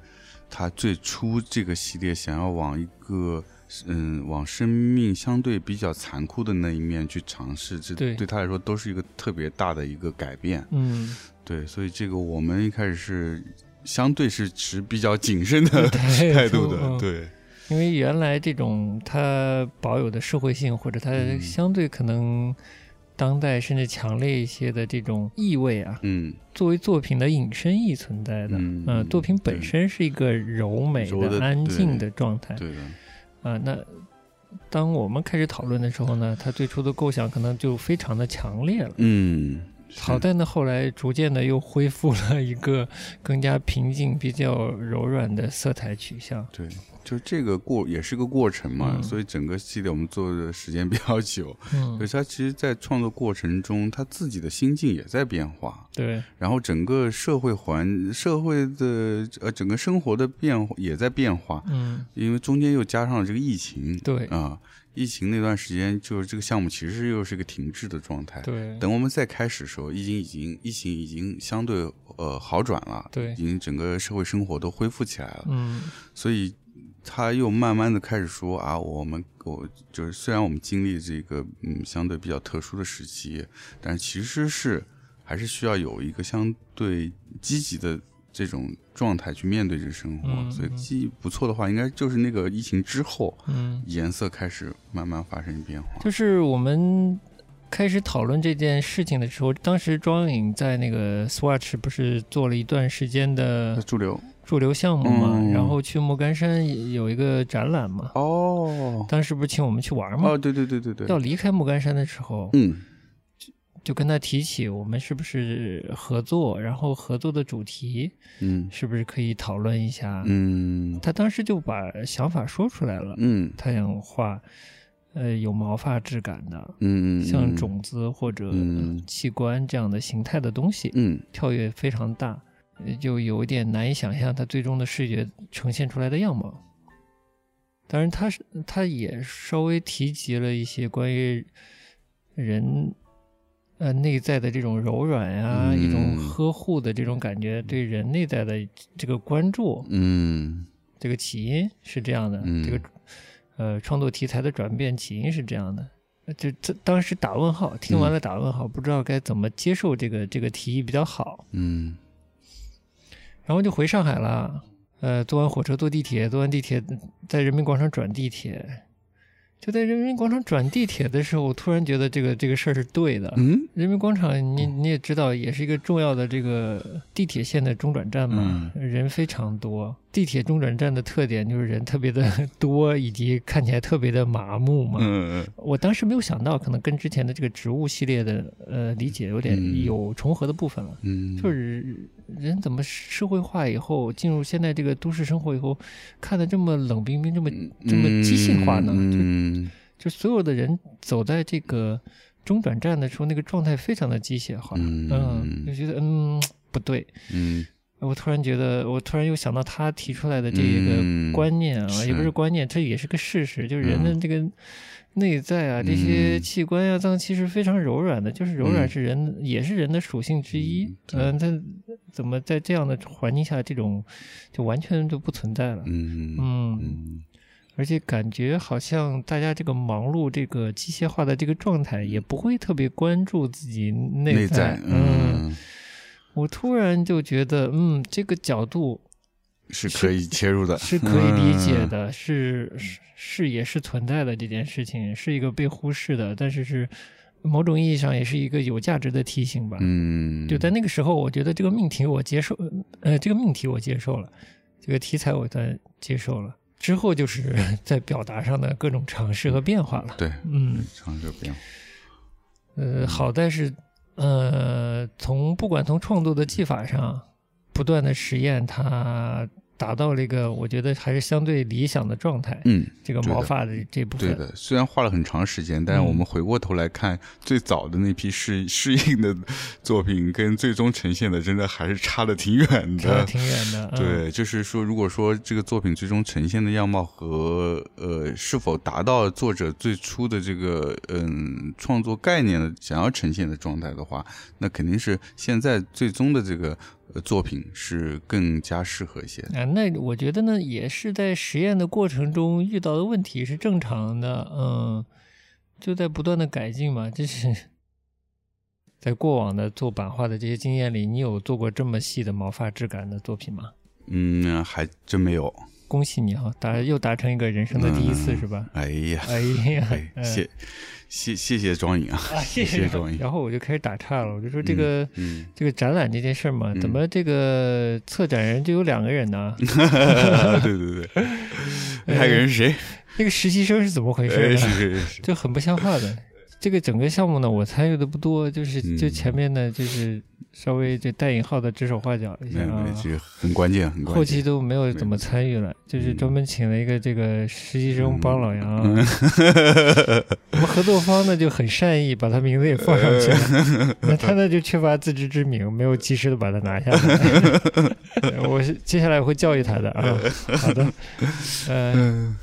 [SPEAKER 1] 他最初这个系列想要往一个嗯往生命相对比较残酷的那一面去尝试，这
[SPEAKER 2] 对
[SPEAKER 1] 对他来说都是一个特别大的一个改变。
[SPEAKER 2] 嗯，
[SPEAKER 1] 对，所以这个我们一开始是相对是持比较谨慎的
[SPEAKER 2] 对
[SPEAKER 1] 态度
[SPEAKER 2] 嗯
[SPEAKER 1] 的，对，
[SPEAKER 2] 因为原来这种它保有的社会性，或者它
[SPEAKER 1] 嗯
[SPEAKER 2] 相对可能当代甚至强烈一些的这种意味啊，
[SPEAKER 1] 嗯，
[SPEAKER 2] 作为作品的引申意存在的。
[SPEAKER 1] 嗯
[SPEAKER 2] 呃
[SPEAKER 1] 嗯
[SPEAKER 2] 作品本身是一个柔美
[SPEAKER 1] 柔的
[SPEAKER 2] 安静的状态。
[SPEAKER 1] 对的，
[SPEAKER 2] 啊、那当我们开始讨论的时候呢，他最初的构想可能就非常的强烈了。
[SPEAKER 1] 嗯，是
[SPEAKER 2] 好，在呢，后来逐渐的又恢复了一个更加平静、比较柔软的色彩取向。
[SPEAKER 1] 对，就这个过也是个过程嘛，
[SPEAKER 2] 嗯
[SPEAKER 1] 所以整个系列我们做的时间比较久，
[SPEAKER 2] 嗯
[SPEAKER 1] 对，，他其实，在创作过程中，他自己的心境也在变化，
[SPEAKER 2] 对，
[SPEAKER 1] 然后整个社会环、社会的呃整个生活的变化也在变化，
[SPEAKER 2] 嗯，
[SPEAKER 1] 因为中间又加上了这个疫情，
[SPEAKER 2] 对
[SPEAKER 1] 啊、，疫情那段时间，就是这个项目其实又是一个停滞的状态。
[SPEAKER 2] 对，
[SPEAKER 1] 等我们再开始的时候，疫情已经疫情已经相对呃好转了，
[SPEAKER 2] 对
[SPEAKER 1] 已经整个社会生活都恢复起来了，
[SPEAKER 2] 嗯，
[SPEAKER 1] 所以他又慢慢的开始说啊，我们我就是虽然我们经历这个嗯相对比较特殊的时期，但是其实是还是需要有一个相对积极的这种状态去面对这个生活。
[SPEAKER 2] 嗯
[SPEAKER 1] 所以
[SPEAKER 2] 嗯
[SPEAKER 1] 记忆不错的话，应该就是那个疫情之后，
[SPEAKER 2] 嗯，
[SPEAKER 1] 颜色开始慢慢发生变化。
[SPEAKER 2] 就是我们开始讨论这件事情的时候，当时庄颖在那个 Swatch 不是做了一段时间的
[SPEAKER 1] 驻留
[SPEAKER 2] 驻留项目嘛，
[SPEAKER 1] 呃嗯
[SPEAKER 2] 然后去莫干山也有一个展览嘛，
[SPEAKER 1] 哦
[SPEAKER 2] 当时不是请我们去玩嘛？
[SPEAKER 1] 哦，对对对对对
[SPEAKER 2] 要，离开莫干山的时候，
[SPEAKER 1] 嗯
[SPEAKER 2] 就跟他提起我们是不是合作，然后合作的主题
[SPEAKER 1] 嗯
[SPEAKER 2] 是不是可以讨论一下？
[SPEAKER 1] 嗯
[SPEAKER 2] 他当时就把想法说出来了，
[SPEAKER 1] 嗯
[SPEAKER 2] 他想画，呃，有毛发质感的，
[SPEAKER 1] 嗯，
[SPEAKER 2] 像种子或者
[SPEAKER 1] 嗯
[SPEAKER 2] 器官这样的形态的东西，
[SPEAKER 1] 嗯
[SPEAKER 2] 跳跃非常大，呃就有一点难以想象它最终的视觉呈现出来的样貌。当然，它是它也稍微提及了一些关于人呃内在的这种柔软呀、
[SPEAKER 1] 嗯
[SPEAKER 2] 一种呵护的这种感觉，对人内在的这个关注，
[SPEAKER 1] 嗯
[SPEAKER 2] 这个起因是这样的，
[SPEAKER 1] 嗯
[SPEAKER 2] 这个呃创作题材的转变起因是这样的。呃就这当时打问号，听
[SPEAKER 1] 嗯
[SPEAKER 2] 完了打问号，不知道该怎么接受这个这个提议比较好。
[SPEAKER 1] 嗯
[SPEAKER 2] 然后就回上海了。呃，坐完火车，坐地铁，坐完地铁，在人民广场转地铁，就在人民广场转地铁的时候，我突然觉得这个这个事儿是对的。
[SPEAKER 1] 嗯
[SPEAKER 2] 人民广场你，你也知道，也是一个重要的这个地铁线的中转站嘛，
[SPEAKER 1] 嗯
[SPEAKER 2] 人非常多。地铁中转站的特点就是人特别的多， 以及看起来特别的麻木嘛。
[SPEAKER 1] 嗯
[SPEAKER 2] 我当时没有想到，可能跟之前的这个植物系列的呃理解有点
[SPEAKER 1] 嗯
[SPEAKER 2] 有重合的部分了。
[SPEAKER 1] 嗯，
[SPEAKER 2] 就是人怎么社会化以后，进入现在这个都市生活以后，看得这么冷冰冰，这么这么机械化呢？就
[SPEAKER 1] 嗯，
[SPEAKER 2] 就所有的人走在这个中转站的时候，那个状态非常的机械化，
[SPEAKER 1] 嗯
[SPEAKER 2] 就觉得啊嗯不对。
[SPEAKER 1] 嗯
[SPEAKER 2] 我突然觉得，我突然又想到他提出来的这一个
[SPEAKER 1] 嗯
[SPEAKER 2] 观念啊，
[SPEAKER 1] 是
[SPEAKER 2] 也不是观念，这也是个事实，就是人的这个内在啊，这些
[SPEAKER 1] 嗯
[SPEAKER 2] 器官呀、脏器是非常柔软的，就是柔软
[SPEAKER 1] 嗯
[SPEAKER 2] 是人，也是人的属性之一。嗯，他、怎么在这样的环境下，这种就完全就不存在了？
[SPEAKER 1] 嗯
[SPEAKER 2] 嗯，
[SPEAKER 1] 嗯
[SPEAKER 2] 而且感觉好像大家这个忙碌、这个机械化的这个状态，也不会特别关注自己内
[SPEAKER 1] 内在
[SPEAKER 2] 嗯我突然就觉得，嗯，这个角度
[SPEAKER 1] 是可以切入的，
[SPEAKER 2] 是可以理
[SPEAKER 1] 嗯
[SPEAKER 2] 解的，是是是也是存在的这件事情，是一个被忽视的，但是是某种意义上也是一个有价值的提醒吧。
[SPEAKER 1] 嗯，
[SPEAKER 2] 就在那个时候，我觉得这个命题我接受，呃，这个命题我接受了，这个题材我算接受了。之后就是 在表达上的各种尝试和变化了。
[SPEAKER 1] 对，
[SPEAKER 2] 嗯，
[SPEAKER 1] 长久变化，
[SPEAKER 2] 呃，好在是，呃，从不管从创作的技法上，不断的实验，它达到了一个我觉得还是相对理想的状态。
[SPEAKER 1] 嗯，
[SPEAKER 2] 这个
[SPEAKER 1] 对的
[SPEAKER 2] 毛发的这部分。
[SPEAKER 1] 对的，虽然花了很长时间，但是我
[SPEAKER 2] 嗯
[SPEAKER 1] 们回过头来看，最早的那批适适应的作品，跟最终呈现的，真的还是差的挺远
[SPEAKER 2] 差得
[SPEAKER 1] 的。
[SPEAKER 2] 挺远 的。嗯、
[SPEAKER 1] 对，就是说，如果说这个作品最终呈现的样貌和呃是否达到作者最初的这个嗯创作概念的想要呈现的状态的话，那肯定是现在最终的这个、呃、作品是更加适合一些的。
[SPEAKER 2] 啊，那我觉得呢，也是在实验的过程中遇到的问题是正常的，嗯，就在不断的改进嘛。就是 在过往的做版画的这些经验里，你有做过这么细的毛发质感的作品吗？
[SPEAKER 1] 嗯，还真没有。
[SPEAKER 2] 恭喜你哈、达又达成一个人生的第一次、
[SPEAKER 1] 嗯
[SPEAKER 2] 是 吧？
[SPEAKER 1] 哎呀，
[SPEAKER 2] 哎呀，
[SPEAKER 1] 哎，
[SPEAKER 2] 嗯
[SPEAKER 1] 谢谢谢谢庄颖啊，
[SPEAKER 2] 啊，谢
[SPEAKER 1] 谢谢周莹
[SPEAKER 2] 然后我就开始打岔了，我就说这个。
[SPEAKER 1] 嗯，
[SPEAKER 2] 这个展览这件事儿嘛，
[SPEAKER 1] 嗯
[SPEAKER 2] 怎么这个策展人就有两个 人呢？
[SPEAKER 1] 对对 对，还有人是谁？
[SPEAKER 2] 那个实习生是怎么回事
[SPEAKER 1] 哎，
[SPEAKER 2] 呢？
[SPEAKER 1] 是是是，
[SPEAKER 2] 就很不像话的。这个整个项目呢，我参与的不多，就是
[SPEAKER 1] 嗯
[SPEAKER 2] 就前面呢，就是稍微就带引号的指手画脚一下
[SPEAKER 1] 没有没有，
[SPEAKER 2] 啊，
[SPEAKER 1] 这个很关键，很
[SPEAKER 2] 后
[SPEAKER 1] 关
[SPEAKER 2] 期
[SPEAKER 1] 键。
[SPEAKER 2] 都没有怎么参与了，
[SPEAKER 1] 嗯
[SPEAKER 2] 就是专门请了一个这个实习生帮老杨。啊我们合作方呢就很善意，把他名字也放上去了，
[SPEAKER 1] 呃
[SPEAKER 2] 那他呢就缺乏自知之明，没有及时的把他拿下来。 我是接下来会教育他的啊。好的，呃，
[SPEAKER 1] 嗯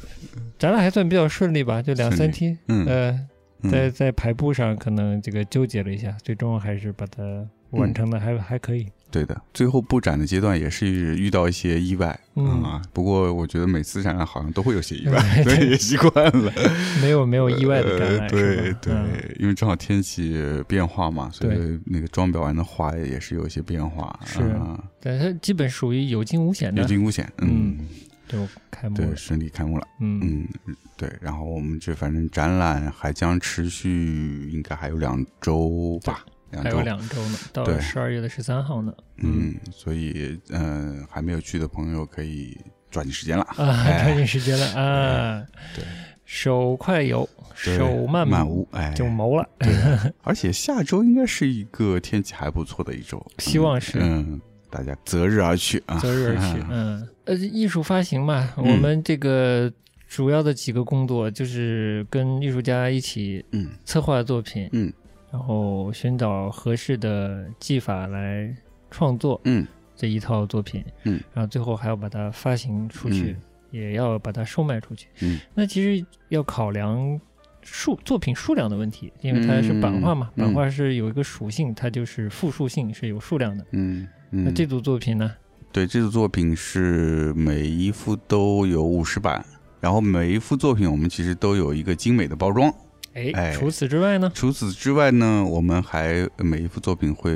[SPEAKER 2] 展览还算比较顺利吧，就两三
[SPEAKER 1] 顺利
[SPEAKER 2] 天，
[SPEAKER 1] 嗯，
[SPEAKER 2] 呃，
[SPEAKER 1] 嗯
[SPEAKER 2] 在在排布上可能这个纠结了一下，最终还是把它
[SPEAKER 1] 嗯
[SPEAKER 2] 完成的还、还可以。
[SPEAKER 1] 对的，最后布展的阶段也是遇到一些意外
[SPEAKER 2] 嗯
[SPEAKER 1] 啊，不过我觉得每次展览好像都会有些意
[SPEAKER 2] 对
[SPEAKER 1] 外，所以 也习惯了。
[SPEAKER 2] 没有没有哦意外的展
[SPEAKER 1] 呃
[SPEAKER 2] 览，
[SPEAKER 1] 对
[SPEAKER 2] 是吧嗯
[SPEAKER 1] 对，因为正好天气变化嘛，所
[SPEAKER 2] 对
[SPEAKER 1] 以那个装裱完的画也是有一些变化，
[SPEAKER 2] 是
[SPEAKER 1] 啊，
[SPEAKER 2] 但它基本属于有惊无险
[SPEAKER 1] 有
[SPEAKER 2] 的，
[SPEAKER 1] 惊无险，嗯
[SPEAKER 2] 嗯，就开幕了
[SPEAKER 1] 对，。顺利开幕了。
[SPEAKER 2] 嗯，
[SPEAKER 1] 嗯，对，然后我们这反正展览还将持续，应该还有两周吧，两
[SPEAKER 2] 还
[SPEAKER 1] 周
[SPEAKER 2] 有。两周呢，到
[SPEAKER 1] 对
[SPEAKER 2] 十二月的十三号呢。
[SPEAKER 1] 嗯，所以嗯、呃还没有去的朋友可以抓紧时间了。
[SPEAKER 2] 啊，
[SPEAKER 1] 哎
[SPEAKER 2] 抓紧时间了啊！
[SPEAKER 1] 对，
[SPEAKER 2] 手快有，
[SPEAKER 1] 对
[SPEAKER 2] 手慢
[SPEAKER 1] 满屋，哎，
[SPEAKER 2] 就谋了。
[SPEAKER 1] 而且下周应该是一个天气还不错的一周，
[SPEAKER 2] 希望是
[SPEAKER 1] 嗯，大家择日而去啊，。
[SPEAKER 2] 择日而去 嗯，呃，艺术发行嘛，
[SPEAKER 1] 嗯
[SPEAKER 2] 我们这个主要的几个工作就是跟艺术家一起
[SPEAKER 1] 嗯
[SPEAKER 2] 策划作品，
[SPEAKER 1] 嗯，
[SPEAKER 2] 然后寻找合适的技法来创作
[SPEAKER 1] 嗯
[SPEAKER 2] 这一套作品，
[SPEAKER 1] 嗯，
[SPEAKER 2] 然后最后还要把它发行出去，
[SPEAKER 1] 嗯
[SPEAKER 2] 也要把它售卖出去。
[SPEAKER 1] 嗯，
[SPEAKER 2] 那其实要考量数作品数量的问题，因为它是版画嘛，
[SPEAKER 1] 嗯嗯
[SPEAKER 2] 版画是有一个属性，它就是复数性是有数量的。
[SPEAKER 1] 嗯
[SPEAKER 2] 那
[SPEAKER 1] 嗯，
[SPEAKER 2] 这组作品呢？
[SPEAKER 1] 对，这组作品是每一幅都有五十版，然后每一幅作品我们其实都有一个精美的包装。
[SPEAKER 2] 哎，
[SPEAKER 1] 哎
[SPEAKER 2] 除此之外呢？
[SPEAKER 1] 除此之外呢，我们还每一幅作品会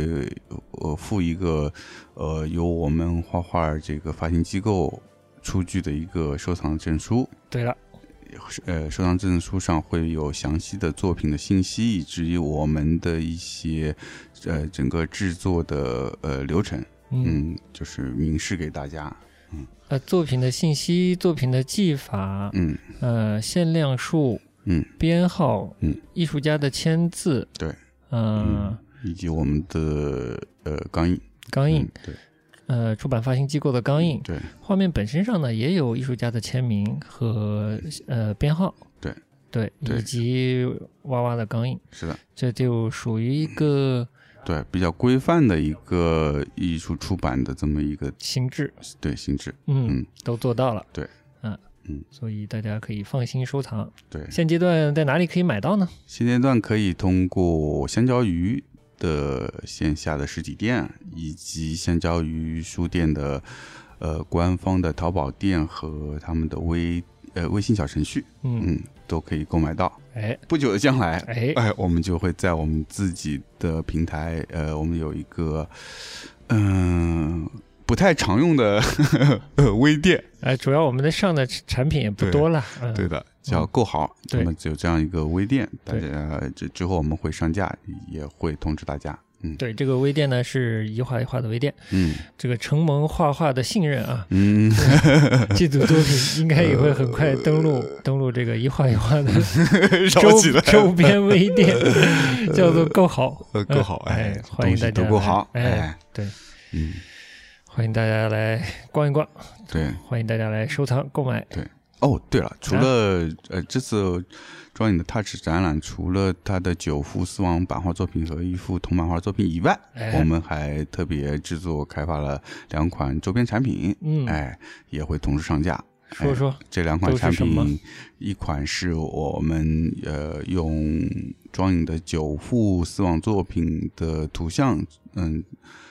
[SPEAKER 1] 呃附一个呃由我们画画这个发行机构出具的一个收藏证书。
[SPEAKER 2] 对了，
[SPEAKER 1] 呃收藏证书上会有详细的作品的信息，以至于我们的一些呃整个制作的呃流程，
[SPEAKER 2] 嗯，
[SPEAKER 1] 嗯，就是明示给大家，
[SPEAKER 2] 呃，作品的信息、作品的技法、
[SPEAKER 1] 嗯
[SPEAKER 2] 呃，限量数、
[SPEAKER 1] 嗯，
[SPEAKER 2] 编号、
[SPEAKER 1] 嗯，
[SPEAKER 2] 艺术家的签字，
[SPEAKER 1] 对，嗯
[SPEAKER 2] 呃，
[SPEAKER 1] 以及我们的呃钢印，
[SPEAKER 2] 钢印
[SPEAKER 1] 嗯，对
[SPEAKER 2] 呃，出版发行机构的钢印，
[SPEAKER 1] 对，
[SPEAKER 2] 画面本身上呢也有艺术家的签名和呃编号，
[SPEAKER 1] 对
[SPEAKER 2] 对，
[SPEAKER 1] 对
[SPEAKER 2] 以及娃娃的钢印，
[SPEAKER 1] 是的，
[SPEAKER 2] 这就属于一个
[SPEAKER 1] 对，比较规范的一个艺术出版的这么一个
[SPEAKER 2] 形制，
[SPEAKER 1] 对性质，
[SPEAKER 2] 嗯，
[SPEAKER 1] 嗯
[SPEAKER 2] 都做到了，
[SPEAKER 1] 对，
[SPEAKER 2] 嗯
[SPEAKER 1] 嗯，
[SPEAKER 2] 所以大家可以放心收藏。
[SPEAKER 1] 对，
[SPEAKER 2] 现阶段在哪里可以买到呢？
[SPEAKER 1] 现阶段可以通过香蕉鱼的线下的实体店，以及香蕉鱼书店的呃官方的淘宝店和他们的微呃微信小程序，
[SPEAKER 2] 嗯，
[SPEAKER 1] 嗯，都可以购买到。
[SPEAKER 2] 哎
[SPEAKER 1] 不久的将来，
[SPEAKER 2] 哎，
[SPEAKER 1] 哎，我们就会在我们自己的平台，呃，我们有一个嗯、不太常用的呃微店，
[SPEAKER 2] 哎，主要我们的上的产品也不
[SPEAKER 1] 对
[SPEAKER 2] 多了，嗯，
[SPEAKER 1] 对的，叫
[SPEAKER 2] 嗯
[SPEAKER 1] 购好，
[SPEAKER 2] 对
[SPEAKER 1] 那么只有这样一个微店，大
[SPEAKER 2] 对
[SPEAKER 1] 家之之后我们会上架，也会通知大家。嗯，
[SPEAKER 2] 对，这个微店呢是一画一画的微店，
[SPEAKER 1] 嗯
[SPEAKER 2] 这个承蒙画画的信任啊，
[SPEAKER 1] 嗯，
[SPEAKER 2] 这组作品应该也会很
[SPEAKER 1] 呃
[SPEAKER 2] 快登录、登录这个一画一画 的
[SPEAKER 1] 烧
[SPEAKER 2] 周
[SPEAKER 1] 起来，
[SPEAKER 2] 周边微 店，叫做够好，
[SPEAKER 1] 呃，购好，哎
[SPEAKER 2] 哎，，欢
[SPEAKER 1] 东
[SPEAKER 2] 迎大
[SPEAKER 1] 西
[SPEAKER 2] 家
[SPEAKER 1] 都购好，
[SPEAKER 2] 来哎，
[SPEAKER 1] 哎，
[SPEAKER 2] 对，
[SPEAKER 1] 嗯，
[SPEAKER 2] 欢迎大家来逛一逛，
[SPEAKER 1] 对。
[SPEAKER 2] 欢迎大家来收藏购买，
[SPEAKER 1] 哦，对了，
[SPEAKER 2] 嗯
[SPEAKER 1] 除了呃这次庄影的 Touch 展览，除了他的九幅丝网版画作品和一幅铜版画作品以外，
[SPEAKER 2] 哎
[SPEAKER 1] 我们还特别制作开发了两款周边产品，
[SPEAKER 2] 嗯，
[SPEAKER 1] 哎，啊也会同时上架。哎
[SPEAKER 2] 说说，
[SPEAKER 1] 这两款产
[SPEAKER 2] 都是什么
[SPEAKER 1] 品，一款是我们呃用庄影的九幅丝网作品的图像，嗯，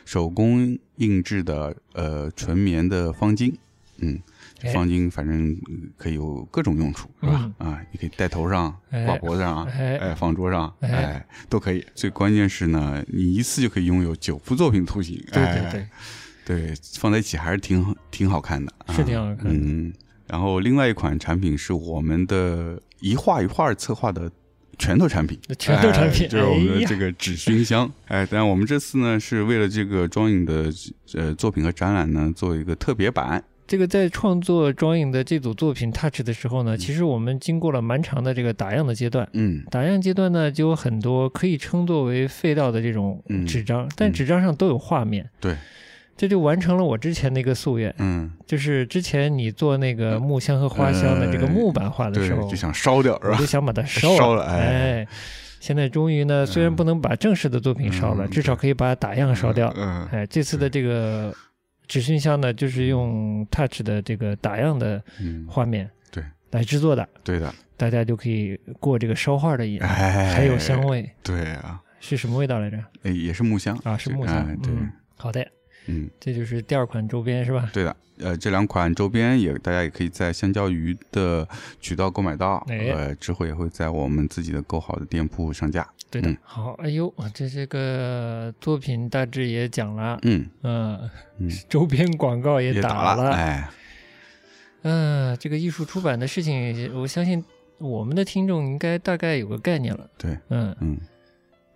[SPEAKER 1] 手工印制的呃纯棉的方巾，嗯，这
[SPEAKER 2] 哎
[SPEAKER 1] 方巾反正嗯可以有各种用处，是吧？啊，你可以戴头上、
[SPEAKER 2] 哎
[SPEAKER 1] 挂脖子上，
[SPEAKER 2] 哎
[SPEAKER 1] 哎，放桌上，
[SPEAKER 2] 哎
[SPEAKER 1] 哎，都可以。最关键是呢，你一次就可以拥有九幅作品图形，
[SPEAKER 2] 对
[SPEAKER 1] 哎
[SPEAKER 2] 对对，
[SPEAKER 1] 对，放在一起还是挺好，挺好看的，啊
[SPEAKER 2] 是挺好看的
[SPEAKER 1] 嗯，然后另外一款产品是我们的一画一画策划的拳头产品，
[SPEAKER 2] 拳头产品
[SPEAKER 1] 哎就是我们
[SPEAKER 2] 哎
[SPEAKER 1] 的
[SPEAKER 2] 呀
[SPEAKER 1] 这个纸熏 香。哎，但我们这次呢是为了这个庄影的呃作品和展览呢做一个特别版，
[SPEAKER 2] 这个在创作庄影的这组作品 Touch 的时候呢，其实我们经过了蛮长的这个打样的阶段。
[SPEAKER 1] 嗯，
[SPEAKER 2] 打样阶段呢，就有很多可以称作为废掉的这种
[SPEAKER 1] 嗯
[SPEAKER 2] 纸张，但纸张上都有画面，
[SPEAKER 1] 对，
[SPEAKER 2] 这就完成了我之前的一个夙愿，
[SPEAKER 1] 嗯，
[SPEAKER 2] 就是之前你做那个木箱和花香的这个木板画
[SPEAKER 1] 呃
[SPEAKER 2] 的
[SPEAKER 1] 对
[SPEAKER 2] 时候，，
[SPEAKER 1] 就想烧掉是
[SPEAKER 2] 我
[SPEAKER 1] 吧
[SPEAKER 2] 就？想把它烧了，
[SPEAKER 1] 烧了哎
[SPEAKER 2] 哎，现在终于呢，虽然不能把正式的作品烧了，
[SPEAKER 1] 嗯
[SPEAKER 2] 至少可以把打样烧掉，
[SPEAKER 1] 嗯，
[SPEAKER 2] 哎，这次的这个纸熏香呢，就是用 Touch 的这个打样的
[SPEAKER 1] 嗯，
[SPEAKER 2] 画面
[SPEAKER 1] 对
[SPEAKER 2] 来制作的，
[SPEAKER 1] 对的，
[SPEAKER 2] 大家就可以过这个烧画的瘾，
[SPEAKER 1] 哎，
[SPEAKER 2] 还有香，哦味，
[SPEAKER 1] 对啊，
[SPEAKER 2] 是什么味道来着？
[SPEAKER 1] 哎也是木香
[SPEAKER 2] 啊，是木香。
[SPEAKER 1] 哎对，
[SPEAKER 2] 嗯，好的，
[SPEAKER 1] 嗯。
[SPEAKER 2] 这就是第二款周边是吧？
[SPEAKER 1] 对的，呃，这两款周边也大家也可以在香蕉鱼的渠道购买到，
[SPEAKER 2] 哎
[SPEAKER 1] 呃，之后也会在我们自己的购好的店铺上架。
[SPEAKER 2] 对的
[SPEAKER 1] 嗯。
[SPEAKER 2] 好，哎呦，这这个作品大致也讲了，
[SPEAKER 1] 嗯，
[SPEAKER 2] 嗯
[SPEAKER 1] 嗯，
[SPEAKER 2] 周边广告也
[SPEAKER 1] 也
[SPEAKER 2] 打
[SPEAKER 1] 了，
[SPEAKER 2] 了，
[SPEAKER 1] 哎，
[SPEAKER 2] 嗯，这个艺术出版的事情，我相信我们的听众应该大概有个概念了，
[SPEAKER 1] 对，
[SPEAKER 2] 嗯。
[SPEAKER 1] 嗯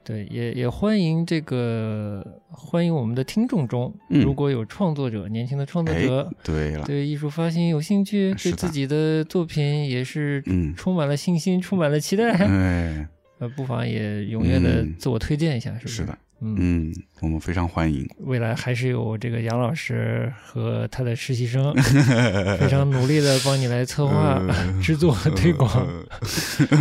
[SPEAKER 2] 对，也也欢迎这个欢迎我们的听众中，
[SPEAKER 1] 嗯
[SPEAKER 2] 如果有创作者，年轻的创作者
[SPEAKER 1] 对了，
[SPEAKER 2] 对艺术发行有兴趣，
[SPEAKER 1] 是
[SPEAKER 2] 对
[SPEAKER 1] 的
[SPEAKER 2] 自己的作品也是
[SPEAKER 1] 嗯，
[SPEAKER 2] 充满了信心，充满了期待，
[SPEAKER 1] 哎，
[SPEAKER 2] 呃，不妨也踊跃的
[SPEAKER 1] 嗯
[SPEAKER 2] 自我推荐一下，是不
[SPEAKER 1] 是的，
[SPEAKER 2] 嗯，
[SPEAKER 1] 嗯，我们非常欢迎，
[SPEAKER 2] 未来还是有这个杨老师和他的实 习生非常努力的帮你来策划、
[SPEAKER 1] 呃
[SPEAKER 2] 制作、推广
[SPEAKER 1] 呃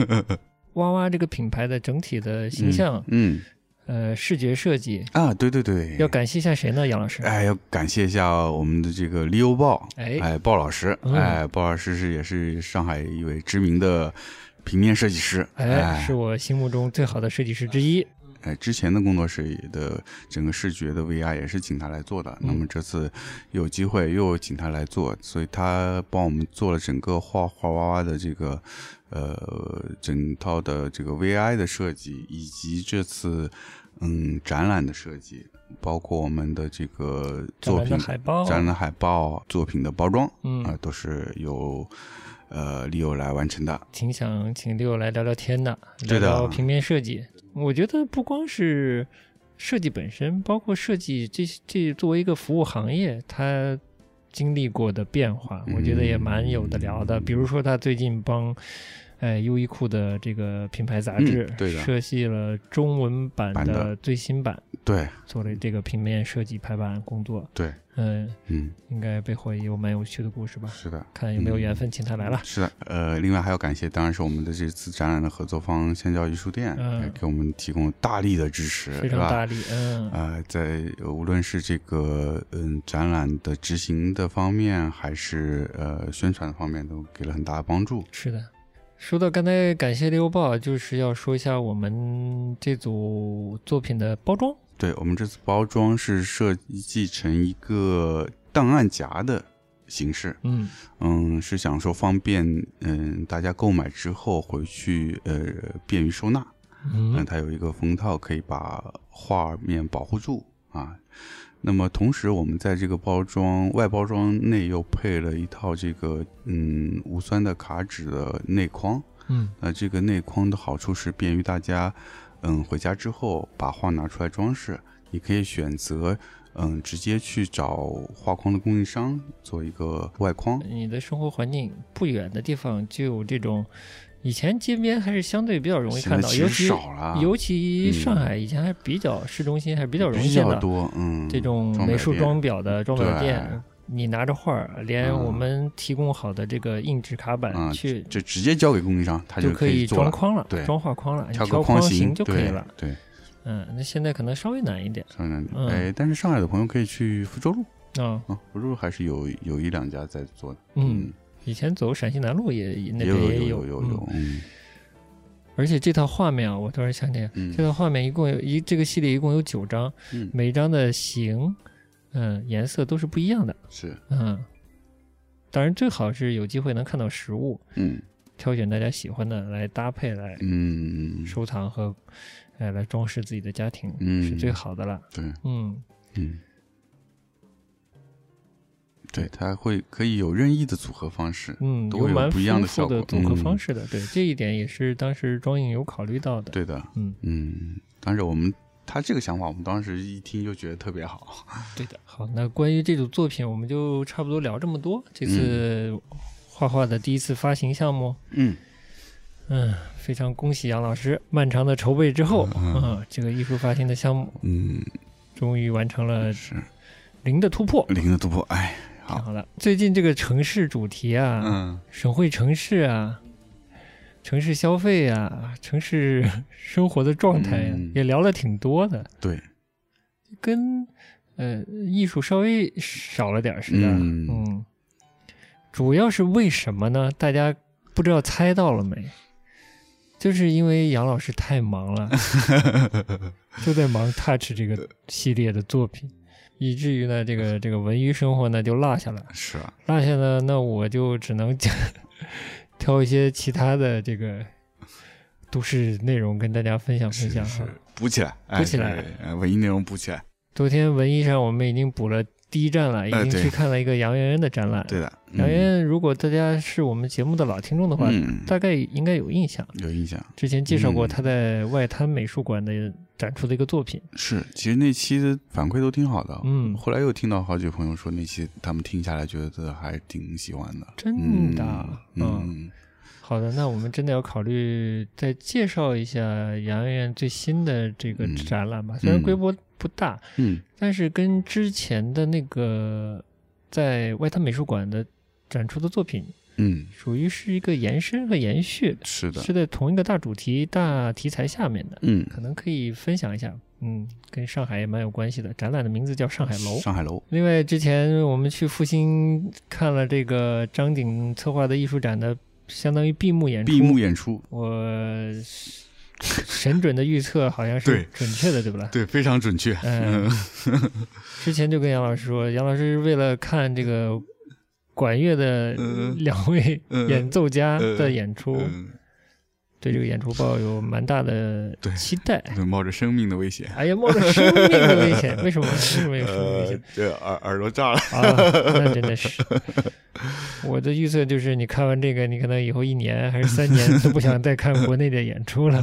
[SPEAKER 2] 哇哇这个品牌的整体的形象，
[SPEAKER 1] 嗯
[SPEAKER 2] 呃，视觉设计。
[SPEAKER 1] 啊，对对对，
[SPEAKER 2] 要感谢一下谁呢，杨老师？
[SPEAKER 1] 哎，要感谢一下我们的这个 Leo 鲍，
[SPEAKER 2] 哎
[SPEAKER 1] 哎，鲍老师，
[SPEAKER 2] 嗯
[SPEAKER 1] 哎，鲍老师是也是上海一位知名的平面设计师，
[SPEAKER 2] 哎，是我心目中最好的设计师之一。
[SPEAKER 1] 哎，之前的工作室的整个视觉的 VR 也是请他来做的，那
[SPEAKER 2] 嗯
[SPEAKER 1] 么这次有机会又请他来做，所以他帮我们做了整个画画娃娃的这个呃整套的这个 VI 的设计，以及这次嗯展览的设计，包括我们的这个
[SPEAKER 2] 展
[SPEAKER 1] 作
[SPEAKER 2] 览的
[SPEAKER 1] 品
[SPEAKER 2] 海报，
[SPEAKER 1] 展览海报、作品的包装，
[SPEAKER 2] 嗯
[SPEAKER 1] 啊、都是由呃利友来完成的。
[SPEAKER 2] 挺想请六来聊聊天的，
[SPEAKER 1] 对的
[SPEAKER 2] 聊聊平面设计。我觉得不光是设计本身，包括设计这这作为一个服务行业，它经历过的变化，我觉得
[SPEAKER 1] 嗯
[SPEAKER 2] 也蛮有的聊的。比如说，他最近帮。哎，优衣库的这个品牌杂志、
[SPEAKER 1] 嗯对的
[SPEAKER 2] 设计了中文版
[SPEAKER 1] 版
[SPEAKER 2] 的
[SPEAKER 1] 的
[SPEAKER 2] 最新版，
[SPEAKER 1] 对
[SPEAKER 2] 做了这个平面设计排版工作。
[SPEAKER 1] 对，
[SPEAKER 2] 嗯，
[SPEAKER 1] 嗯，
[SPEAKER 2] 应该背后也有蛮有趣的故事吧？
[SPEAKER 1] 是的。
[SPEAKER 2] 看有
[SPEAKER 1] 嗯
[SPEAKER 2] 没有缘分请他来了。
[SPEAKER 1] 是的，呃，另外还要感谢，当然是我们的这次展览的合作方香蕉艺术店，
[SPEAKER 2] 嗯
[SPEAKER 1] 也给我们提供大力的支持，
[SPEAKER 2] 非
[SPEAKER 1] 是
[SPEAKER 2] 常
[SPEAKER 1] 吧？
[SPEAKER 2] 大力， 嗯，
[SPEAKER 1] 啊，在呃无论是这个嗯展览的执行的方面，还是呃宣传的方面，都给了很大的帮助。
[SPEAKER 2] 是的。说到刚才感谢六报，就是要说一下我们这组作品的包装，
[SPEAKER 1] 对我们这次包装是设计成一个档案夹的形式，
[SPEAKER 2] 嗯，
[SPEAKER 1] 嗯，是想说方便嗯大家购买之后回去呃便于收纳，嗯，
[SPEAKER 2] 嗯
[SPEAKER 1] 它有一个封套可以把画面保护住啊。那么同时，我们在这个包装外包装内又配了一套这个嗯无酸的卡纸的内框。
[SPEAKER 2] 嗯
[SPEAKER 1] 那这个内框的好处是便于大家嗯回家之后把画拿出来装饰。你可以选择嗯直接去找画框的供应商做一个外框。
[SPEAKER 2] 你的生活环境不远的地方就有这种，以前街边还是相对比较容易
[SPEAKER 1] 现在
[SPEAKER 2] 看到，
[SPEAKER 1] 其
[SPEAKER 2] 尤
[SPEAKER 1] 实
[SPEAKER 2] 其
[SPEAKER 1] 少了，
[SPEAKER 2] 尤其
[SPEAKER 1] 嗯
[SPEAKER 2] 上海以前还比较市中心还是比较容易
[SPEAKER 1] 比
[SPEAKER 2] 见
[SPEAKER 1] 较
[SPEAKER 2] 到
[SPEAKER 1] 多嗯
[SPEAKER 2] 这种
[SPEAKER 1] 装
[SPEAKER 2] 美
[SPEAKER 1] 裱
[SPEAKER 2] 术
[SPEAKER 1] 店
[SPEAKER 2] 装裱的装裱
[SPEAKER 1] 对
[SPEAKER 2] 店，你拿着画儿，连
[SPEAKER 1] 嗯
[SPEAKER 2] 我们提供好的这个硬纸卡板
[SPEAKER 1] 啊
[SPEAKER 2] 去
[SPEAKER 1] 就直接交给供应商，他
[SPEAKER 2] 就
[SPEAKER 1] 可
[SPEAKER 2] 以
[SPEAKER 1] 做
[SPEAKER 2] 装
[SPEAKER 1] 了。
[SPEAKER 2] 框了，
[SPEAKER 1] 对
[SPEAKER 2] 装画框了，你
[SPEAKER 1] 挑
[SPEAKER 2] 哎挑
[SPEAKER 1] 个
[SPEAKER 2] 框
[SPEAKER 1] 型
[SPEAKER 2] 就可以
[SPEAKER 1] 对
[SPEAKER 2] 了。
[SPEAKER 1] 对，
[SPEAKER 2] 嗯，那现在可能稍微难一点
[SPEAKER 1] 上海
[SPEAKER 2] 嗯
[SPEAKER 1] 哎，但是上海的朋友可以去福州路
[SPEAKER 2] 啊。
[SPEAKER 1] 啊，福州路还是有有一两家在做的，
[SPEAKER 2] 嗯，，以前走陕西南路也也那
[SPEAKER 1] 也
[SPEAKER 2] 边
[SPEAKER 1] 有有
[SPEAKER 2] 也
[SPEAKER 1] 有
[SPEAKER 2] 嗯
[SPEAKER 1] 有，嗯
[SPEAKER 2] 而且这套画面啊，我突然想起来，这
[SPEAKER 1] 嗯
[SPEAKER 2] 套画面一共有一这个系列一共有九张，
[SPEAKER 1] 嗯，
[SPEAKER 2] 每一张的形，嗯，颜色都是不一样的。
[SPEAKER 1] 是，
[SPEAKER 2] 嗯，当然最好是有机会能看到实物，
[SPEAKER 1] 嗯
[SPEAKER 2] 挑选大家喜欢的来搭配来
[SPEAKER 1] 嗯，
[SPEAKER 2] 收藏和，呃，来装饰自己的家庭、
[SPEAKER 1] 嗯
[SPEAKER 2] 是最好的了。
[SPEAKER 1] 对，
[SPEAKER 2] 嗯，
[SPEAKER 1] 嗯，对，它会可以有任意的组合方式，
[SPEAKER 2] 嗯，
[SPEAKER 1] 都
[SPEAKER 2] 有
[SPEAKER 1] 会有
[SPEAKER 2] 蛮
[SPEAKER 1] 不一样
[SPEAKER 2] 丰
[SPEAKER 1] 的效
[SPEAKER 2] 富的
[SPEAKER 1] 果
[SPEAKER 2] 组合
[SPEAKER 1] 嗯
[SPEAKER 2] 方式的，对这一点也是当时庄颖有考虑到的。
[SPEAKER 1] 对的，
[SPEAKER 2] 嗯，
[SPEAKER 1] 嗯，但是我们他这个想法，我们当时一听就觉得特别好，
[SPEAKER 2] 对的。好，那关于这组作品，我们就差不多聊这么多。这次画画的第一次发行项目，
[SPEAKER 1] 嗯，
[SPEAKER 2] 嗯，非常恭喜杨老师，漫长的筹备之后，
[SPEAKER 1] 嗯
[SPEAKER 2] 啊，这个艺术发行的项目
[SPEAKER 1] 嗯，
[SPEAKER 2] 终于完成了
[SPEAKER 1] 是
[SPEAKER 2] 零的突破。
[SPEAKER 1] 零的突破，哎，
[SPEAKER 2] 挺
[SPEAKER 1] 好，
[SPEAKER 2] 好的。最近这个城市主题啊，
[SPEAKER 1] 嗯，
[SPEAKER 2] 省会城市啊，城市消费啊，城市生活的状态呀、
[SPEAKER 1] 嗯
[SPEAKER 2] 也聊了挺多的，
[SPEAKER 1] 对，
[SPEAKER 2] 跟呃艺术稍微少了点儿似的。
[SPEAKER 1] 嗯
[SPEAKER 2] 嗯，主要是为什么呢？大家不知道猜到了没？就是因为杨老师太忙 了，就在忙 Touch 这个系列的作品，以至于呢，这个这个文娱生活呢就落下了。
[SPEAKER 1] 是啊，
[SPEAKER 2] 落下呢，那我就只能挑一些其他的这个都市内容跟大家分享分
[SPEAKER 1] 是
[SPEAKER 2] 享
[SPEAKER 1] 是
[SPEAKER 2] 哈。
[SPEAKER 1] 补起来，哎
[SPEAKER 2] 补起来，
[SPEAKER 1] 对哎文艺内容补起来，
[SPEAKER 2] 昨天文艺上我们已经补了第一站了，已
[SPEAKER 1] 呃
[SPEAKER 2] 经
[SPEAKER 1] 对
[SPEAKER 2] 去看了一个杨元恩的展览。
[SPEAKER 1] 对的，
[SPEAKER 2] 杨元恩，如果大家是我们节目的老听众的话，
[SPEAKER 1] 嗯，
[SPEAKER 2] 大概应该有印象。
[SPEAKER 1] 有印象
[SPEAKER 2] 之前介绍
[SPEAKER 1] 嗯
[SPEAKER 2] 过他在外滩美术馆的展出的一个作品，
[SPEAKER 1] 是，其实那期的反馈都挺好的，
[SPEAKER 2] 嗯
[SPEAKER 1] 后来又听到好几个朋友说那期他们听下来觉得还挺喜欢的，
[SPEAKER 2] 真嗯的，啊
[SPEAKER 1] 嗯，
[SPEAKER 2] 好的，那我们真的要考虑再介绍一下杨媛媛最新的这个
[SPEAKER 1] 嗯
[SPEAKER 2] 展览吧。虽然规模不大，
[SPEAKER 1] 嗯
[SPEAKER 2] 但是跟之前的那个在外滩美术馆的展出的作品，
[SPEAKER 1] 嗯，
[SPEAKER 2] 属于是一个延伸和延续，
[SPEAKER 1] 是的，
[SPEAKER 2] 是在同一个大主题、大题材下面的，
[SPEAKER 1] 嗯，
[SPEAKER 2] 可能可以分享一下。嗯，跟上海也蛮有关系的。展览的名字叫《上海楼》。
[SPEAKER 1] 上海楼，
[SPEAKER 2] 另外，之前我们去复兴看了这个张鼎策划的艺术展的，相当于闭幕演出。
[SPEAKER 1] 闭幕演出，
[SPEAKER 2] 我神准的预测好像是
[SPEAKER 1] 对
[SPEAKER 2] 准确的，对不啦？
[SPEAKER 1] 对，非常准确，
[SPEAKER 2] 嗯，之前就跟杨老师说，杨老师为了看这个管乐的
[SPEAKER 1] 嗯
[SPEAKER 2] 两位
[SPEAKER 1] 嗯
[SPEAKER 2] 演奏家的演出，
[SPEAKER 1] 嗯，
[SPEAKER 2] 对这个演出抱有蛮大的
[SPEAKER 1] 对
[SPEAKER 2] 期待。
[SPEAKER 1] 对冒着生命的危 险，
[SPEAKER 2] 哎呀，冒着生命的 危险，为什么？为什么有生命危
[SPEAKER 1] 呃
[SPEAKER 2] 险，
[SPEAKER 1] 这耳耳朵炸了，
[SPEAKER 2] 啊？那真的是。我的预测就是，你看完这个，你可能以后一年还是三年都不想再看国内的演 出了，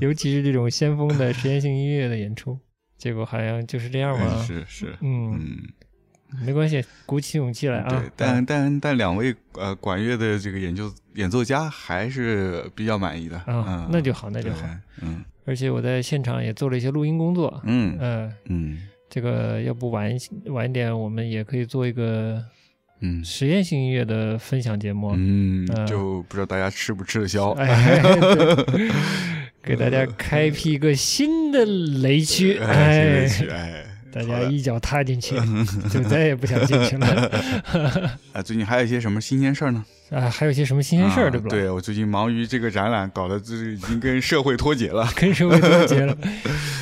[SPEAKER 2] 尤其是这种先锋的实验性音乐的演出。结果好像就是这样嘛。
[SPEAKER 1] 哎是是，
[SPEAKER 2] 嗯，
[SPEAKER 1] 嗯，
[SPEAKER 2] 没关系，鼓起勇气来啊
[SPEAKER 1] 对，！但但但两位呃管乐的这个演奏演奏家还是比较满意的
[SPEAKER 2] 啊
[SPEAKER 1] 嗯，，
[SPEAKER 2] 那就好，那
[SPEAKER 1] 对
[SPEAKER 2] 就好。，
[SPEAKER 1] 嗯
[SPEAKER 2] 而且我在现场也做了一些录音工作，
[SPEAKER 1] 嗯
[SPEAKER 2] 嗯，
[SPEAKER 1] 嗯
[SPEAKER 2] 这个要不晚一些晚一点，我们也可以做一个
[SPEAKER 1] 嗯
[SPEAKER 2] 实验性音乐的分享节目。
[SPEAKER 1] 嗯，
[SPEAKER 2] 呃
[SPEAKER 1] 就不知道大家吃不吃得消，
[SPEAKER 2] 哎， 对给大家开辟一个新的雷区，哎
[SPEAKER 1] 哎，，这个曲哎，
[SPEAKER 2] 大
[SPEAKER 1] 好
[SPEAKER 2] 家
[SPEAKER 1] 的
[SPEAKER 2] 一脚踏进 去，就再也不想进去了。
[SPEAKER 1] 啊，最近还有一些什么新鲜事儿呢？
[SPEAKER 2] 啊，还有些什么新鲜事儿，
[SPEAKER 1] 啊
[SPEAKER 2] 对不啦？
[SPEAKER 1] 对我最近忙于这个展览，搞得这已经跟社会脱节了。
[SPEAKER 2] 跟社会脱节 了。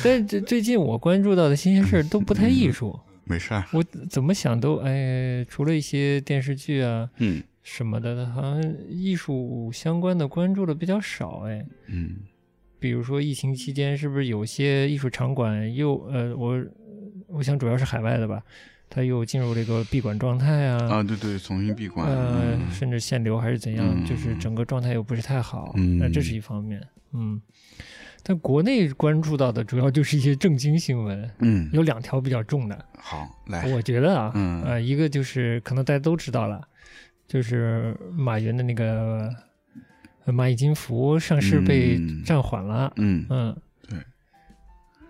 [SPEAKER 2] 但是这最近我关注到的新鲜事儿都不太艺术，
[SPEAKER 1] 没事儿，
[SPEAKER 2] 我怎么想都哎，除了一些电视剧啊
[SPEAKER 1] 嗯
[SPEAKER 2] 什么的，好像艺术相关的关注的比较少哎。
[SPEAKER 1] 嗯
[SPEAKER 2] 比如说疫情期间，是不是有些艺术场馆又呃，我我想主要是海外的吧，它又进入这个闭馆状态啊，
[SPEAKER 1] 啊，对对，重新闭馆，
[SPEAKER 2] 呃，
[SPEAKER 1] 嗯
[SPEAKER 2] 甚至限流还是怎样，
[SPEAKER 1] 嗯
[SPEAKER 2] 就是整个状态又不是太好，
[SPEAKER 1] 嗯
[SPEAKER 2] 那这是一方面，嗯。但国内关注到的主要就是一些正经新闻，
[SPEAKER 1] 嗯，
[SPEAKER 2] 有两条比较重的，
[SPEAKER 1] 好，来，
[SPEAKER 2] 我觉得啊，
[SPEAKER 1] 嗯
[SPEAKER 2] 呃，一个就是可能大家都知道了，就是马云的那个呃蚂蚁金服上市被
[SPEAKER 1] 嗯
[SPEAKER 2] 暂缓了，
[SPEAKER 1] 嗯
[SPEAKER 2] 嗯，
[SPEAKER 1] 对。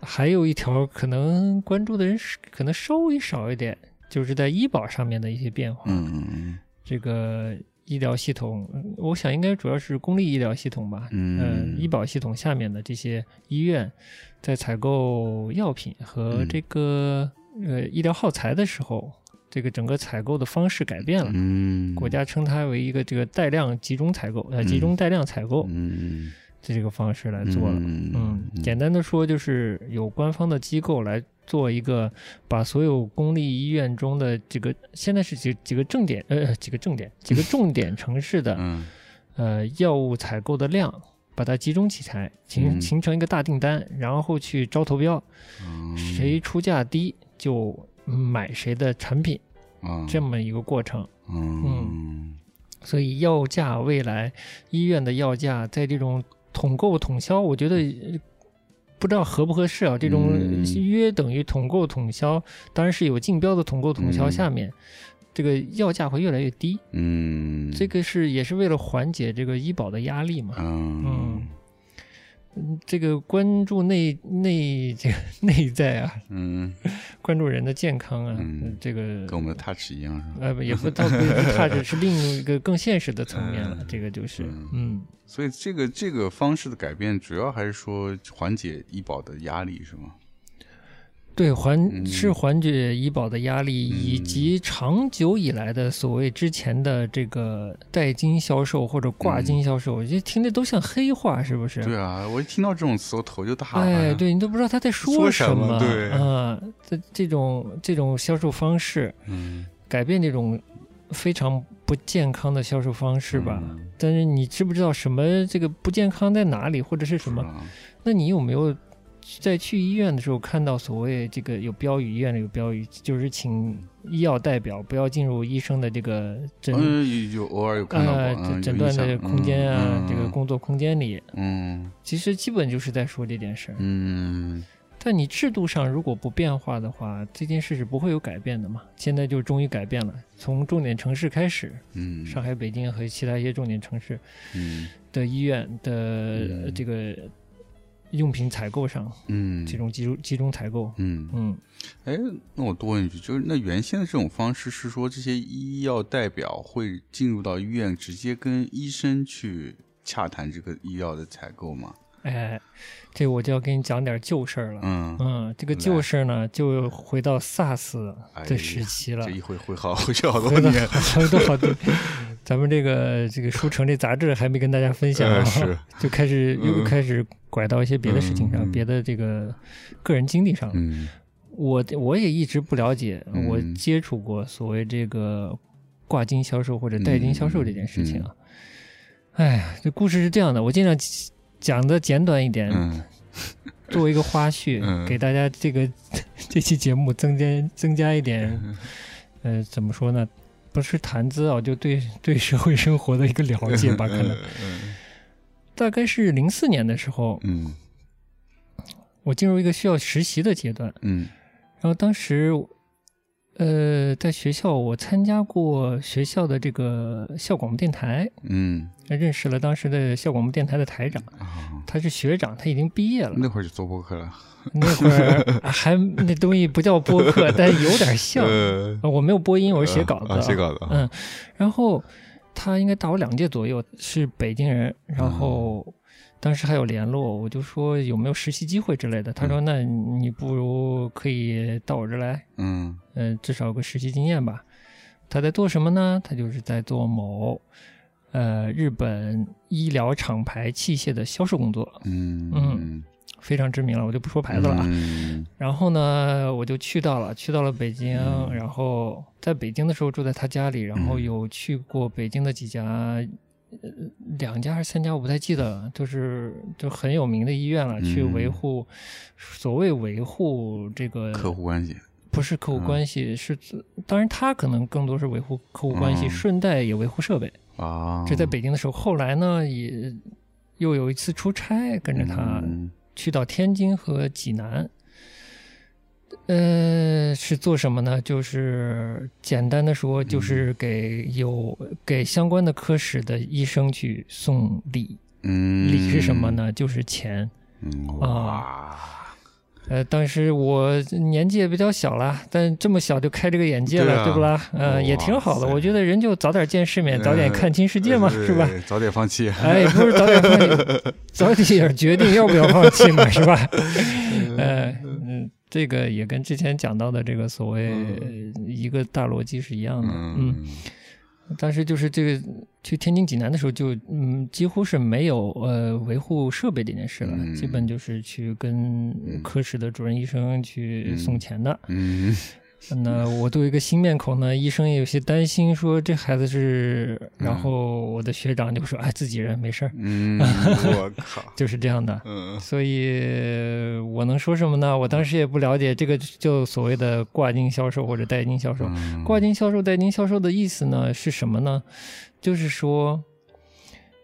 [SPEAKER 2] 还有一条可能关注的人是可能稍微少一点，就是在医保上面的一些变化。
[SPEAKER 1] 嗯嗯
[SPEAKER 2] 这个医疗系统，嗯我想应该主要是公立医疗系统吧。
[SPEAKER 1] 嗯
[SPEAKER 2] 呃医保系统下面的这些医院，在采购药品和
[SPEAKER 1] 嗯
[SPEAKER 2] 这个、呃医疗耗材的时候，这个整个采购的方式改变了。
[SPEAKER 1] 嗯，
[SPEAKER 2] 国家称它为一个这个带量集中采购，呃，
[SPEAKER 1] 嗯
[SPEAKER 2] 集中带量采购
[SPEAKER 1] 嗯
[SPEAKER 2] 这个方式来
[SPEAKER 1] 嗯
[SPEAKER 2] 做了。嗯
[SPEAKER 1] 嗯，
[SPEAKER 2] 简单的说，就是有官方的机构来做一个，把所有公立医院中的这个现在是几几个重点呃几个重点几个重点城市的
[SPEAKER 1] 嗯
[SPEAKER 2] 呃药物采购的量，把它集中起来，形
[SPEAKER 1] 嗯
[SPEAKER 2] 形成一个大订单，然后去招投标，
[SPEAKER 1] 嗯
[SPEAKER 2] 谁出价低就买谁的产品，
[SPEAKER 1] 啊
[SPEAKER 2] 这么一个过程。
[SPEAKER 1] 嗯
[SPEAKER 2] 所以药价未来医院的药价在这种统购统销，我觉得呃不知道合不合适啊。这种
[SPEAKER 1] 嗯
[SPEAKER 2] 约等于统购统销，当然是有竞标的统购统销
[SPEAKER 1] 嗯
[SPEAKER 2] 下面。这个药价会越来越低，
[SPEAKER 1] 嗯
[SPEAKER 2] 这个是也是为了缓解这个医保的压力嘛。
[SPEAKER 1] 嗯
[SPEAKER 2] 嗯这个关注内内这个内在啊，
[SPEAKER 1] 嗯
[SPEAKER 2] 关注人的健康啊，
[SPEAKER 1] 嗯
[SPEAKER 2] 呃这个
[SPEAKER 1] 跟我们的 touch 一样是吧？
[SPEAKER 2] 呃不也不倒不是它只是另一个更现实的层面了。这个就是
[SPEAKER 1] 嗯
[SPEAKER 2] 嗯
[SPEAKER 1] 所以这个这个方式的改变，主要还是说缓解医保的压力是吗？
[SPEAKER 2] 对，缓
[SPEAKER 1] 嗯
[SPEAKER 2] 是缓解医保的压力，以及长久以来的所谓之前的这个代金销售或者挂金销售，我觉得听着都像黑话，是不是？
[SPEAKER 1] 嗯对啊，我一听到这种词，我头就大了。
[SPEAKER 2] 哎，，对你都不知道他在
[SPEAKER 1] 说什
[SPEAKER 2] 什
[SPEAKER 1] 么对
[SPEAKER 2] 啊，这这种这种销售方式，
[SPEAKER 1] 嗯，
[SPEAKER 2] 改变这种非常不健康的销售方式吧。
[SPEAKER 1] 嗯
[SPEAKER 2] 但是你知不知道什么这个不健康在哪里，或者是什么
[SPEAKER 1] 是？啊
[SPEAKER 2] 那你有没有在去医院的时候看到所谓这个有标语，医院里有标语，就是请医药代表不要进入医生的这个诊、
[SPEAKER 1] 嗯，有有偶尔有嗯看到
[SPEAKER 2] 呃
[SPEAKER 1] 过，嗯
[SPEAKER 2] 诊断的空间啊，这个，工作空间里，
[SPEAKER 1] 有印象
[SPEAKER 2] 其实基本就是在说这件事儿。
[SPEAKER 1] 嗯嗯
[SPEAKER 2] 但你制度上如果不变化的话，这件事是不会有改变的嘛。现在就终于改变了，从重点城市开始，
[SPEAKER 1] 嗯，
[SPEAKER 2] 上海、北京和其他一些重点城市
[SPEAKER 1] 嗯
[SPEAKER 2] 的医院的呃
[SPEAKER 1] 嗯
[SPEAKER 2] 这个用品采购上，
[SPEAKER 1] 嗯
[SPEAKER 2] 这种集中集中采购，
[SPEAKER 1] 嗯，
[SPEAKER 2] 嗯。
[SPEAKER 1] 哎，那我多问一句，就是那原先的这种方式是说，这些医药代表会进入到医院，直接跟医生去洽谈这个医药的采购吗？
[SPEAKER 2] 哎，这我就要给你讲点旧事儿了。
[SPEAKER 1] 嗯，
[SPEAKER 2] 嗯，这个旧事儿呢，就回到 SARS
[SPEAKER 1] 哎
[SPEAKER 2] 的
[SPEAKER 1] 呀
[SPEAKER 2] 时期了
[SPEAKER 1] 这，一回会好，回去好多
[SPEAKER 2] 回到
[SPEAKER 1] 年。
[SPEAKER 2] 好多好多。咱们这个这个书城这杂志还没跟大家分享、啊，
[SPEAKER 1] 呃 是
[SPEAKER 2] 就开始又
[SPEAKER 1] 嗯
[SPEAKER 2] 开始拐到一些别的事情上，
[SPEAKER 1] 嗯嗯
[SPEAKER 2] 别的这个个人经历上了。
[SPEAKER 1] 嗯
[SPEAKER 2] 我我也一直不了解，
[SPEAKER 1] 嗯
[SPEAKER 2] 我接触过所谓这个挂金销售或者代金销售这件事
[SPEAKER 1] 嗯
[SPEAKER 2] 情啊。哎呀，这故事是这样的，我尽量讲的简短一点，
[SPEAKER 1] 嗯
[SPEAKER 2] 作为一个花絮，
[SPEAKER 1] 嗯
[SPEAKER 2] 给大家
[SPEAKER 1] 嗯
[SPEAKER 2] 这个这期节目增加增加一点，呃，怎么说呢？不是谈资啊，就对 对社会生活的一个了解
[SPEAKER 1] 嗯
[SPEAKER 2] 吧，可能大概是零四年的时候，
[SPEAKER 1] 嗯
[SPEAKER 2] 我进入一个需要实习的阶段，
[SPEAKER 1] 嗯
[SPEAKER 2] 然后当时，呃，在学校我参加过学校的这个校广播电台，
[SPEAKER 1] 嗯
[SPEAKER 2] 认识了当时的校广播电台的台长，
[SPEAKER 1] 啊，
[SPEAKER 2] 他是学长，他已经毕业了，
[SPEAKER 1] 那会儿就做播客了，
[SPEAKER 2] 那会儿啊还 那东西不叫播 客，但有点像。
[SPEAKER 1] 呃，
[SPEAKER 2] 呃我没有播音，我是写稿子、
[SPEAKER 1] 啊写稿子啊
[SPEAKER 2] 嗯，然后他应该大我两届左右，是北京人。然后
[SPEAKER 1] 嗯
[SPEAKER 2] 当时还有联络，我就说有没有实习机会之类的。他说：“那你不如可以到我这儿来，
[SPEAKER 1] 嗯
[SPEAKER 2] 嗯、至少有个实习经验吧。”他在做什么呢？他就是在做某呃日本医疗厂牌器械的销售工作，
[SPEAKER 1] 嗯
[SPEAKER 2] 嗯非常知名了，我就不说牌子了啊。
[SPEAKER 1] 嗯
[SPEAKER 2] 然后呢，我就去到了，去到了北京，
[SPEAKER 1] 嗯
[SPEAKER 2] 然后在北京的时候住在他家里，然后
[SPEAKER 1] 嗯
[SPEAKER 2] 有去过北京的几家，呃，两家还是三家，我不太记得了，就是就很有名的医院了，
[SPEAKER 1] 嗯
[SPEAKER 2] 去维护，所谓维护这个
[SPEAKER 1] 客户关系，
[SPEAKER 2] 不是客户
[SPEAKER 1] 嗯
[SPEAKER 2] 关系，是当然他可能更多是维护客户关系，
[SPEAKER 1] 嗯
[SPEAKER 2] 顺带也维护设备。
[SPEAKER 1] 啊，
[SPEAKER 2] 这在北京的时候，后来呢也又有一次出差跟着他。
[SPEAKER 1] 嗯
[SPEAKER 2] 去到天津和济南，呃，是做什么呢？就是简单的说，
[SPEAKER 1] 嗯
[SPEAKER 2] 就是给有给相关的科室的医生去送礼。
[SPEAKER 1] 嗯，
[SPEAKER 2] 礼是什么？呢？就是钱。
[SPEAKER 1] 嗯
[SPEAKER 2] 啊
[SPEAKER 1] 哇，
[SPEAKER 2] 呃，当时我年纪也比较小啦，但这么小就开这个眼界
[SPEAKER 1] 对
[SPEAKER 2] 了，
[SPEAKER 1] 啊
[SPEAKER 2] 不啦？
[SPEAKER 1] 哇
[SPEAKER 2] 呃，也挺好的。
[SPEAKER 1] 塞
[SPEAKER 2] 我觉得人就早点见世面，早点看清世界嘛，
[SPEAKER 1] 呃
[SPEAKER 2] 是吧？？
[SPEAKER 1] 早点放弃，
[SPEAKER 2] 哎，不是早点放弃，早点决定要不要放弃嘛，是吧？呃，嗯，这个也跟之前讲到的这个所谓呃一个大逻辑是一样的。嗯，
[SPEAKER 1] 嗯
[SPEAKER 2] 当时就是这个去天津济南的时候就，嗯几乎是没有呃维护设备这件事了，
[SPEAKER 1] 嗯
[SPEAKER 2] 基本就是去跟
[SPEAKER 1] 嗯
[SPEAKER 2] 科室的主任医生去
[SPEAKER 1] 嗯
[SPEAKER 2] 送钱的。
[SPEAKER 1] 嗯
[SPEAKER 2] 那我作为一个新面孔呢，医生也有些担心，说这孩子是，然
[SPEAKER 1] 嗯
[SPEAKER 2] 后我的学长就说，哎，自己人没事儿，
[SPEAKER 1] 嗯，我靠，
[SPEAKER 2] 就是这样的。
[SPEAKER 1] 嗯
[SPEAKER 2] 所以我能说什么呢？我当时也不了解这个，就所谓的挂金销售或者代金销售。
[SPEAKER 1] 嗯
[SPEAKER 2] 挂金销售、代金销售的意思呢是什么呢？就是说，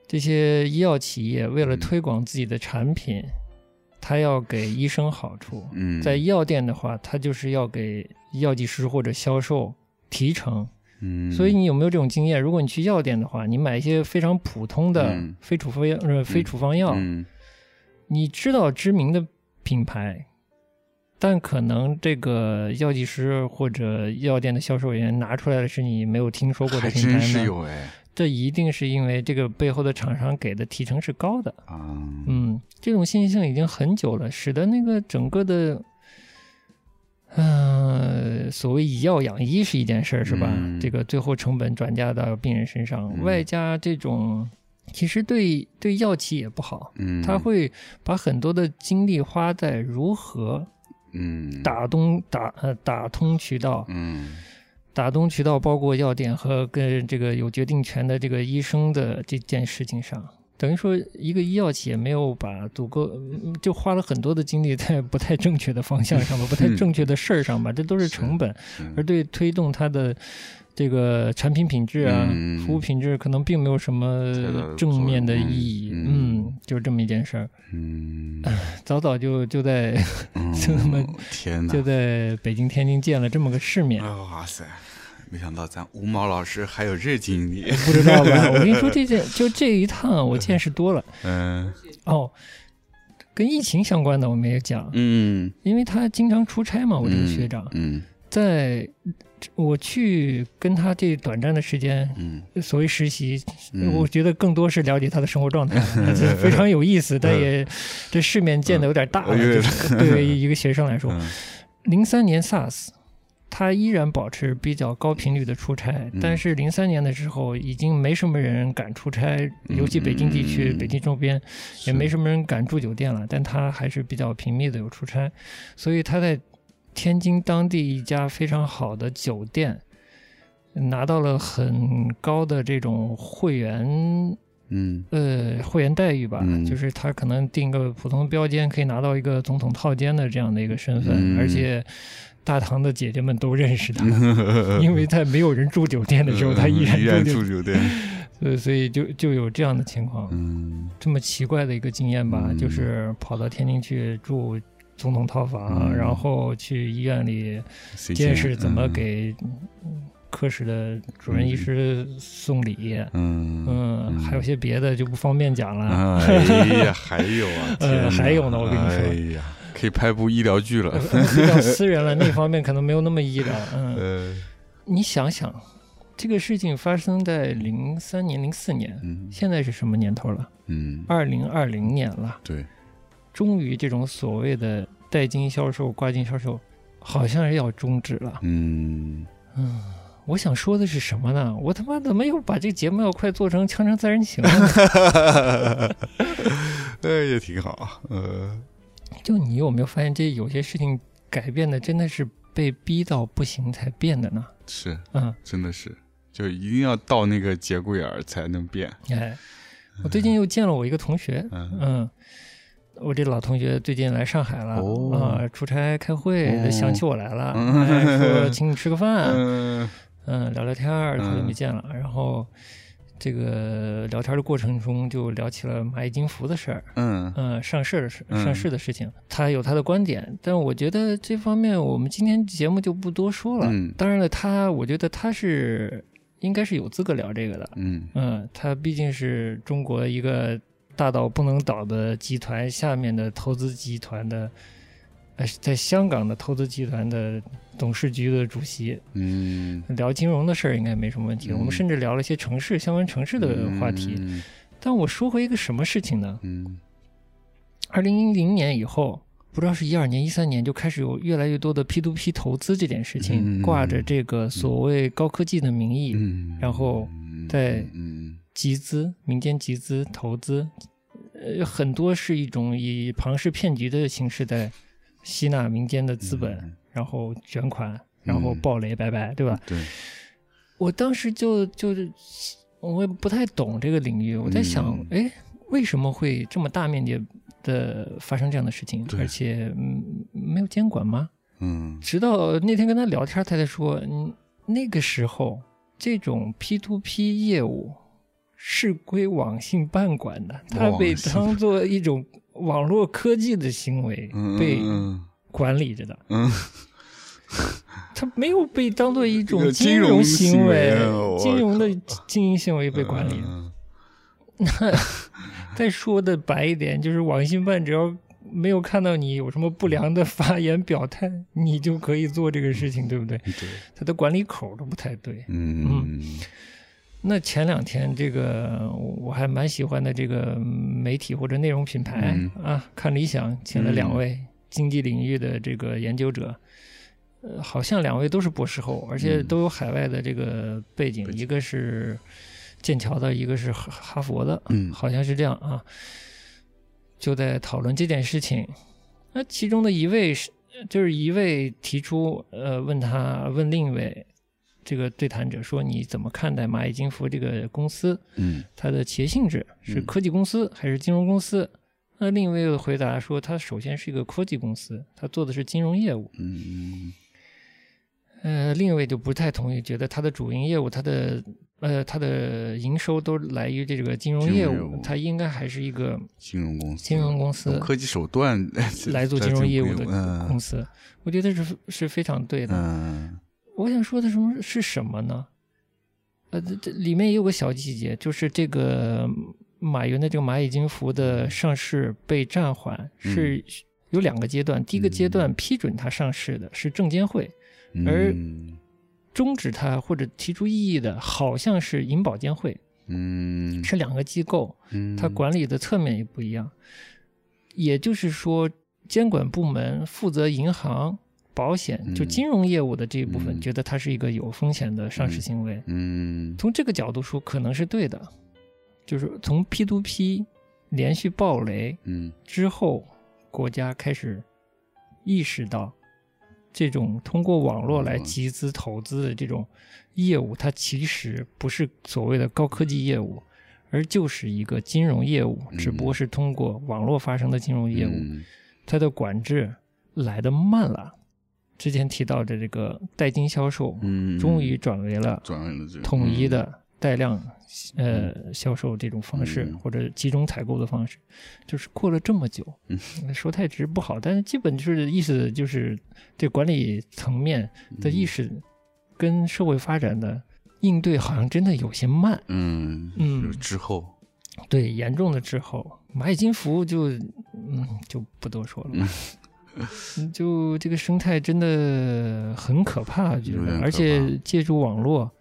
[SPEAKER 2] 这些医药企业为了
[SPEAKER 1] 嗯
[SPEAKER 2] 推广自己的产品，它要给医生好处。
[SPEAKER 1] 嗯，
[SPEAKER 2] 在药店的话，它就是要给药剂师或者销售提成。
[SPEAKER 1] 嗯，
[SPEAKER 2] 所以你有没有这种经验？如果你去药店的话，你买一些非常普通的
[SPEAKER 1] 嗯
[SPEAKER 2] 非处方药、呃非处方药，
[SPEAKER 1] 嗯
[SPEAKER 2] 你知道知名的品牌，但可能这个药剂师或者药店的销售员拿出来的是你没有听说过的
[SPEAKER 1] 还
[SPEAKER 2] 品牌
[SPEAKER 1] 真是
[SPEAKER 2] 呢。
[SPEAKER 1] 有哎
[SPEAKER 2] 这一定是因为这个背后的厂商给的提成是高的。
[SPEAKER 1] 啊，
[SPEAKER 2] 嗯，这种信息性已经很久了，使得那个整个的，呃，所谓以药养医是一件事儿，是吧？
[SPEAKER 1] 嗯
[SPEAKER 2] 这个最后成本转嫁到病人身上，
[SPEAKER 1] 嗯
[SPEAKER 2] 外加这种，其实对对药企也不好。
[SPEAKER 1] 嗯，
[SPEAKER 2] 他会把很多的精力花在如何
[SPEAKER 1] 嗯
[SPEAKER 2] 打通打呃打通渠道，
[SPEAKER 1] 嗯
[SPEAKER 2] 打通渠道包括药店和跟这个有决定权的这个医生的这件事情上。等于说，一个医药企业没有把足够，嗯就花了很多的精力在不太正确的方 向上吧，不太正确的事儿上吧，这都是成本，
[SPEAKER 1] 嗯
[SPEAKER 2] 而对推动它的这个产品品质啊、
[SPEAKER 1] 嗯
[SPEAKER 2] 服务品质，可能并没有什
[SPEAKER 1] 太大的
[SPEAKER 2] 么
[SPEAKER 1] 作
[SPEAKER 2] 正面的
[SPEAKER 1] 用
[SPEAKER 2] 意义。
[SPEAKER 1] 嗯
[SPEAKER 2] 嗯，就是这么一件事儿。
[SPEAKER 1] 嗯，
[SPEAKER 2] 早早就就在
[SPEAKER 1] 嗯
[SPEAKER 2] 就那么
[SPEAKER 1] 天哪
[SPEAKER 2] 就！在北京、天津见了这么个世面
[SPEAKER 1] 哎，呦哇塞，没想到咱吴毛老师还有这经历。
[SPEAKER 2] 不知道 吧？我跟你说，这件就这一趟我见识多了
[SPEAKER 1] 嗯
[SPEAKER 2] 哦。跟疫情相关的我没有讲，
[SPEAKER 1] 嗯，
[SPEAKER 2] 因为他经常出差嘛。啊我这个学长，
[SPEAKER 1] 嗯
[SPEAKER 2] 在我去跟他这短暂的时间，
[SPEAKER 1] 嗯
[SPEAKER 2] 所谓实习，
[SPEAKER 1] 嗯
[SPEAKER 2] 我觉得更多是了解他的生活状态， 这非常有意思，但也这世面见的有点大了。
[SPEAKER 1] 嗯
[SPEAKER 2] 就是对于一个学生来说，
[SPEAKER 1] 嗯
[SPEAKER 2] 零三年 SARS，他依然保持比较高频率的出差，
[SPEAKER 1] 嗯
[SPEAKER 2] 但是零三年的时候已经没什么人敢出差，
[SPEAKER 1] 嗯
[SPEAKER 2] 尤其北京地区、
[SPEAKER 1] 嗯
[SPEAKER 2] 北京周边也没什么人敢住酒店了，但他还是比较频密的有出差，所以他在天津当地一家非常好的酒店。拿到了很高的这种会员，
[SPEAKER 1] 嗯
[SPEAKER 2] 呃，会员待遇吧，
[SPEAKER 1] 嗯
[SPEAKER 2] 就是他可能定个普通标间，可以拿到一个总统套间的这样的一个身份，
[SPEAKER 1] 嗯
[SPEAKER 2] 而且大堂的姐姐们都认识他，因为在没有人住酒店的时候，他依
[SPEAKER 1] 嗯依
[SPEAKER 2] 然
[SPEAKER 1] 然
[SPEAKER 2] 住酒
[SPEAKER 1] 住酒店，
[SPEAKER 2] 对，所以就就有这样的情况，
[SPEAKER 1] 嗯
[SPEAKER 2] 这么奇怪的一个经验吧，
[SPEAKER 1] 嗯
[SPEAKER 2] 就是跑到天津去住总统套房，
[SPEAKER 1] 嗯
[SPEAKER 2] 然后去医院里
[SPEAKER 1] ，C
[SPEAKER 2] 见
[SPEAKER 1] 姐
[SPEAKER 2] 识怎
[SPEAKER 1] 嗯
[SPEAKER 2] 么，给科室的主任医师送礼，
[SPEAKER 1] 嗯
[SPEAKER 2] 嗯，
[SPEAKER 1] 嗯
[SPEAKER 2] 还有些别的就不方便讲了。
[SPEAKER 1] 哎 呀，还有啊，
[SPEAKER 2] 呃
[SPEAKER 1] 天哪
[SPEAKER 2] 还有呢我跟你说
[SPEAKER 1] 哎呀，可以拍部医疗剧 了，
[SPEAKER 2] 比较私人了，那方面可能没有那么医疗。嗯，
[SPEAKER 1] 呃，
[SPEAKER 2] 你想想，这个事情发生在零三年、零四年，
[SPEAKER 1] 嗯
[SPEAKER 2] 现在是什么年头了？
[SPEAKER 1] 嗯，
[SPEAKER 2] 二零二零年了。
[SPEAKER 1] 对，
[SPEAKER 2] 终于，这种所谓的代金销售、挂金销售，好像是要终止了。
[SPEAKER 1] 嗯
[SPEAKER 2] 嗯，我想说的是什么呢？我他妈怎么又把这个节目要快做成《锵锵三人行》了呢？
[SPEAKER 1] 哎，也挺好，呃，
[SPEAKER 2] 就你有没有发现，这有些事情改变的真的是被逼到不行才变的呢？
[SPEAKER 1] 是，
[SPEAKER 2] 嗯，
[SPEAKER 1] 真的是，就一定要到那个节骨眼儿才能变，
[SPEAKER 2] 哎，我最近又见了我一个同学，
[SPEAKER 1] 嗯
[SPEAKER 2] 嗯，我这老同学最近来上海了，啊、
[SPEAKER 1] 哦
[SPEAKER 2] 出差开会，
[SPEAKER 1] 哦
[SPEAKER 2] 想起我来了，
[SPEAKER 1] 嗯
[SPEAKER 2] 哎说请你吃个饭，
[SPEAKER 1] 嗯
[SPEAKER 2] 嗯，聊聊天儿，
[SPEAKER 1] 嗯
[SPEAKER 2] 好久没见了。然后这个聊天的过程中，就聊起了蚂蚁金服的事儿，
[SPEAKER 1] 嗯
[SPEAKER 2] 嗯，上市的事，
[SPEAKER 1] 嗯
[SPEAKER 2] 上市的事情，他有他的观点，但我觉得这方面我们今天节目就不多说了。
[SPEAKER 1] 嗯
[SPEAKER 2] 当然了，他我觉得他是应该是有资格聊这个的，
[SPEAKER 1] 嗯
[SPEAKER 2] 嗯，它毕竟是中国一个大到不能倒的集团下面的投资集团的，呃，在香港的投资集团的董事局的主席，
[SPEAKER 1] 嗯，
[SPEAKER 2] 聊金融的事儿应该没什么问题。
[SPEAKER 1] 嗯
[SPEAKER 2] 我们甚至聊了一些城市相关城市的话题。
[SPEAKER 1] 嗯，
[SPEAKER 2] 但我说回一个什么事情呢？
[SPEAKER 1] 嗯
[SPEAKER 2] 二零一零年以后。不知道是一二年、一三年就开始有越来越多的 P to P 投资这件事情，
[SPEAKER 1] 嗯
[SPEAKER 2] 挂着这个所谓高科技的名义，
[SPEAKER 1] 嗯，
[SPEAKER 2] 然后
[SPEAKER 1] 嗯
[SPEAKER 2] 再
[SPEAKER 1] 嗯
[SPEAKER 2] 集资、民间集资、投资，呃，很多是一种以庞氏骗局的形式在吸纳民间的资本，
[SPEAKER 1] 嗯
[SPEAKER 2] 然后卷款，然后
[SPEAKER 1] 嗯
[SPEAKER 2] 暴雷，拜拜，对吧？
[SPEAKER 1] 对，
[SPEAKER 2] 我当时就就是我也不太懂这个领域，我在想，
[SPEAKER 1] 嗯
[SPEAKER 2] 哎、为什么会这么大面积的发生这样的事情，
[SPEAKER 1] 对
[SPEAKER 2] 而且嗯没有监管吗？
[SPEAKER 1] 嗯
[SPEAKER 2] 直到那天跟他聊天，他才说，嗯，那个时候这种 P to P 业务是归网信办管的，它被
[SPEAKER 1] 网信
[SPEAKER 2] 当做一种网络科技的行为
[SPEAKER 1] 嗯
[SPEAKER 2] 被
[SPEAKER 1] 嗯
[SPEAKER 2] 管理着的，
[SPEAKER 1] 嗯
[SPEAKER 2] 它没有被当做一
[SPEAKER 1] 一
[SPEAKER 2] 种
[SPEAKER 1] 个金融
[SPEAKER 2] 融
[SPEAKER 1] 行为
[SPEAKER 2] 为
[SPEAKER 1] 啊我、
[SPEAKER 2] 金融的经营行为被管理。
[SPEAKER 1] 嗯
[SPEAKER 2] 再说的白一点，就是网信办只要。没有看到你有什么不良的发言表态，你就可以做这个事情，对不对？
[SPEAKER 1] 对，
[SPEAKER 2] 它的管理口都不太对。
[SPEAKER 1] 嗯
[SPEAKER 2] 那前两天这个我还蛮喜欢的这个媒体或者内容品牌、
[SPEAKER 1] 嗯
[SPEAKER 2] 啊，看理想请了
[SPEAKER 1] 嗯
[SPEAKER 2] 两位经济领域的这个研究者，呃，好像两位都是博士后，而且
[SPEAKER 1] 嗯
[SPEAKER 2] 都有海外的这个背景，
[SPEAKER 1] 背景
[SPEAKER 2] 一个是剑桥的，一个是哈哈佛的，
[SPEAKER 1] 嗯
[SPEAKER 2] 好像是这样啊，就在讨论这件事情。那其中的一位是，就是一位提出，呃，问他问另一位这个对谈者说，你怎么看待蚂蚁金服这个公司？
[SPEAKER 1] 嗯
[SPEAKER 2] 它的企业性质是
[SPEAKER 1] 嗯
[SPEAKER 2] 科技公司还是金融公司？那另一位回答说，它首先是一个科技公司，它做的是金融业务。
[SPEAKER 1] 嗯
[SPEAKER 2] 呃，另一位就不太同意，觉得它的主营业务，它的呃，它的营收都来于这个金融
[SPEAKER 1] 金融
[SPEAKER 2] 业
[SPEAKER 1] 业
[SPEAKER 2] 务
[SPEAKER 1] 务，
[SPEAKER 2] 它应该还是一个
[SPEAKER 1] 金融公司，
[SPEAKER 2] 金融公司
[SPEAKER 1] 用科技手段
[SPEAKER 2] 来做金融业务的公
[SPEAKER 1] 嗯
[SPEAKER 2] 司。我觉得是是非常对的。
[SPEAKER 1] 嗯
[SPEAKER 2] 我想说的什么是什么呢？呃，这这里面也有个小细节，就是这个马云的这个蚂蚁金服的上市被暂缓，
[SPEAKER 1] 嗯
[SPEAKER 2] 是有两个阶段。第一个阶段
[SPEAKER 1] 嗯
[SPEAKER 2] 批准它上市的是证监会，
[SPEAKER 1] 嗯
[SPEAKER 2] 而终止它或者提出异议的，好像是银保监会，
[SPEAKER 1] 嗯
[SPEAKER 2] 是两个机构，
[SPEAKER 1] 嗯
[SPEAKER 2] 它管理的侧面也不一样。也就是说，监管部门负责银行、保险就
[SPEAKER 1] 嗯
[SPEAKER 2] 金融业务的这一部分，
[SPEAKER 1] 嗯
[SPEAKER 2] 觉得它是一个有风险的上市
[SPEAKER 1] 嗯
[SPEAKER 2] 行为。
[SPEAKER 1] 嗯
[SPEAKER 2] 从这个角度说，可能是对的，就是从 P to P 连续暴雷
[SPEAKER 1] 嗯
[SPEAKER 2] 之后，国家开始意识到，这种通过网络
[SPEAKER 1] 嗯
[SPEAKER 2] 来集资投资的这种业务，它其实不是所谓的高科技业务，而就是一个金融业务，
[SPEAKER 1] 嗯
[SPEAKER 2] 只不过是通过网络发生的金融业务，
[SPEAKER 1] 嗯
[SPEAKER 2] 它的管制来的慢了。之前提到的这个代金销售，
[SPEAKER 1] 嗯，
[SPEAKER 2] 终于转为了
[SPEAKER 1] 转为了这个
[SPEAKER 2] 统一的带量呃销售这种方式
[SPEAKER 1] 嗯，
[SPEAKER 2] 或者集中采购的方式，就是过了这么久，说太直不好，但是基本就是意思就是这管理层面的意，识跟社会发展的应对好像真的有些慢。
[SPEAKER 1] 嗯嗯，
[SPEAKER 2] 嗯
[SPEAKER 1] 就是之后，
[SPEAKER 2] 对，严重的滞后，蚂蚁金服就嗯就不多说了吧。嗯 就这个生态真的很可怕，我觉
[SPEAKER 1] 有点
[SPEAKER 2] 得，
[SPEAKER 1] 可怕
[SPEAKER 2] 而且借助网络，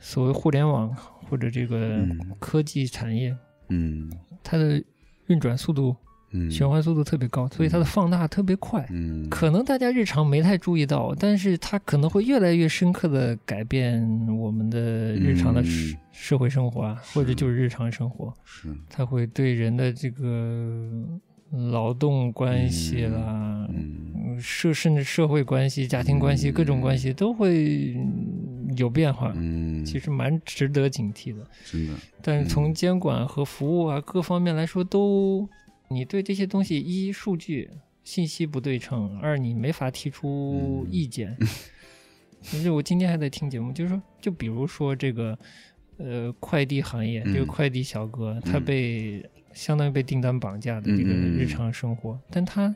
[SPEAKER 2] 所谓互联网或者这个
[SPEAKER 1] 嗯
[SPEAKER 2] 科技产业，
[SPEAKER 1] 嗯
[SPEAKER 2] 它的运转速度、
[SPEAKER 1] 嗯，
[SPEAKER 2] 循环速度特别高，所以它的放大特别快。
[SPEAKER 1] 嗯，
[SPEAKER 2] 可能大家日常没太注意到，但是它可能会越来越深刻的改变我们的日常的
[SPEAKER 1] 嗯
[SPEAKER 2] 社社会生活啊，或者就是日常生活，
[SPEAKER 1] 是
[SPEAKER 2] 它会对人的这个劳动关系啦，
[SPEAKER 1] 嗯
[SPEAKER 2] 嗯社甚至社会关系、家庭关系、
[SPEAKER 1] 嗯
[SPEAKER 2] 各种关系都会嗯有变化，
[SPEAKER 1] 嗯，
[SPEAKER 2] 其实蛮值得警惕的。
[SPEAKER 1] 真的，
[SPEAKER 2] 但是
[SPEAKER 1] 嗯
[SPEAKER 2] 从监管和服务啊各方面来说都，你对这些东西一数据信息不对称，二你没法提
[SPEAKER 1] 嗯
[SPEAKER 2] 出意见。 其实我今天还在听节目，就是说，就比如说这个，呃，快递行业，
[SPEAKER 1] 嗯
[SPEAKER 2] 这个快递小哥他
[SPEAKER 1] 嗯
[SPEAKER 2] 被相当于被订单绑架的这个
[SPEAKER 1] 嗯嗯嗯
[SPEAKER 2] 日常生活，但他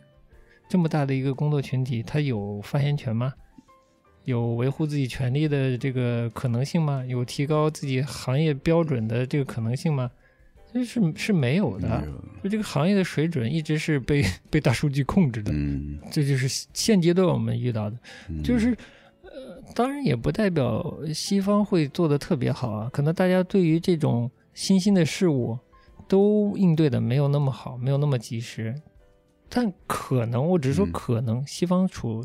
[SPEAKER 2] 这么大的一个工作群体，他有发言权吗？有维护自己权利的这个可能性吗？有提高自己行业标准的这个可能性吗？就是是没有的。啊
[SPEAKER 1] 没有了
[SPEAKER 2] 就这个行业的水准一直是被被大数据控制的，
[SPEAKER 1] 嗯，
[SPEAKER 2] 这就是现阶段我们遇到的。
[SPEAKER 1] 嗯
[SPEAKER 2] 就是，呃，当然也不代表西方会做的特别好啊，可能大家对于这种新兴的事物都应对的没有那么好，没有那么及时。但可能，我只是说
[SPEAKER 1] 嗯
[SPEAKER 2] 可能，西方处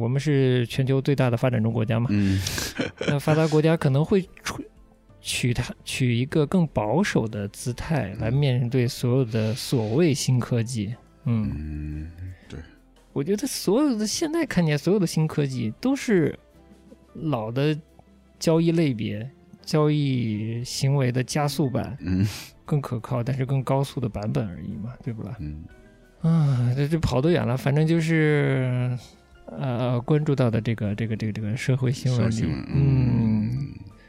[SPEAKER 2] 我们是全球最大的发展中国家嘛，
[SPEAKER 1] 嗯
[SPEAKER 2] 那发达国家可能会出取它取一个更保守的姿态来面对所有的所谓新科技。嗯，
[SPEAKER 1] 嗯，
[SPEAKER 2] 我觉得所有的现在看起来所有的新科技都是老的交易类别、交易行为的加速版，
[SPEAKER 1] 嗯
[SPEAKER 2] 更可靠但是更高速的版本而已嘛，对不啦？
[SPEAKER 1] 嗯
[SPEAKER 2] 啊，这这跑多远了？反正就是。呃，关注到的这个这个这个这个社会新闻
[SPEAKER 1] 小
[SPEAKER 2] 里
[SPEAKER 1] 新闻，，
[SPEAKER 2] 嗯，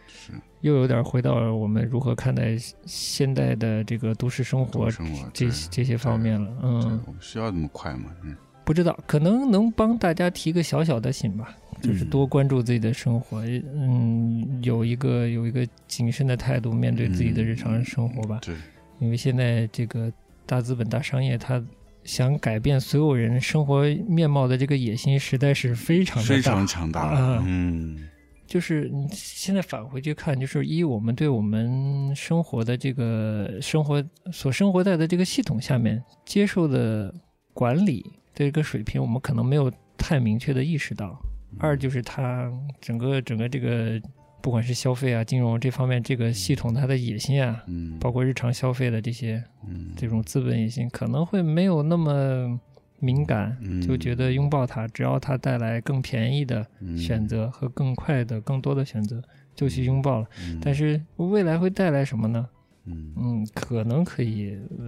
[SPEAKER 1] 是
[SPEAKER 2] 又有点回到了我们如何看待现代的这个都市生活
[SPEAKER 1] 多生活
[SPEAKER 2] 这
[SPEAKER 1] 对
[SPEAKER 2] 这些方面了。
[SPEAKER 1] 对
[SPEAKER 2] 嗯，
[SPEAKER 1] 我们需要这么快吗？嗯
[SPEAKER 2] 不知道，可能能帮大家提个小小的醒吧，就是
[SPEAKER 1] 嗯
[SPEAKER 2] 多关注自己的生活，嗯，有一个有一个谨慎的态度面对自己的日常生活吧。
[SPEAKER 1] 对，
[SPEAKER 2] 因为现在这个大资本、大商业，它想改变所有人生活面貌的这个野心，实在是非常的大，
[SPEAKER 1] 非常强大了
[SPEAKER 2] 啊，
[SPEAKER 1] 嗯
[SPEAKER 2] 就是你现在返回去看，就是一我们对我们生活的这个生活所生活在的这个系统下面接受的管理的一个水平，我们可能没有太明确的意识到。二就是它整个整个这个不管是消费啊、金融这方面这个系统它的野心啊，
[SPEAKER 1] 嗯，
[SPEAKER 2] 包括日常消费的这些
[SPEAKER 1] 嗯
[SPEAKER 2] 这种资本野心，可能会没有那么敏感，
[SPEAKER 1] 嗯
[SPEAKER 2] 就觉得拥抱它，只要它带来更便宜的。
[SPEAKER 1] 嗯
[SPEAKER 2] 选，择和更快的、更多的选择，就去拥抱了。
[SPEAKER 1] 嗯
[SPEAKER 2] 但是未来会带来什么呢？
[SPEAKER 1] 嗯
[SPEAKER 2] 嗯，可能可以、呃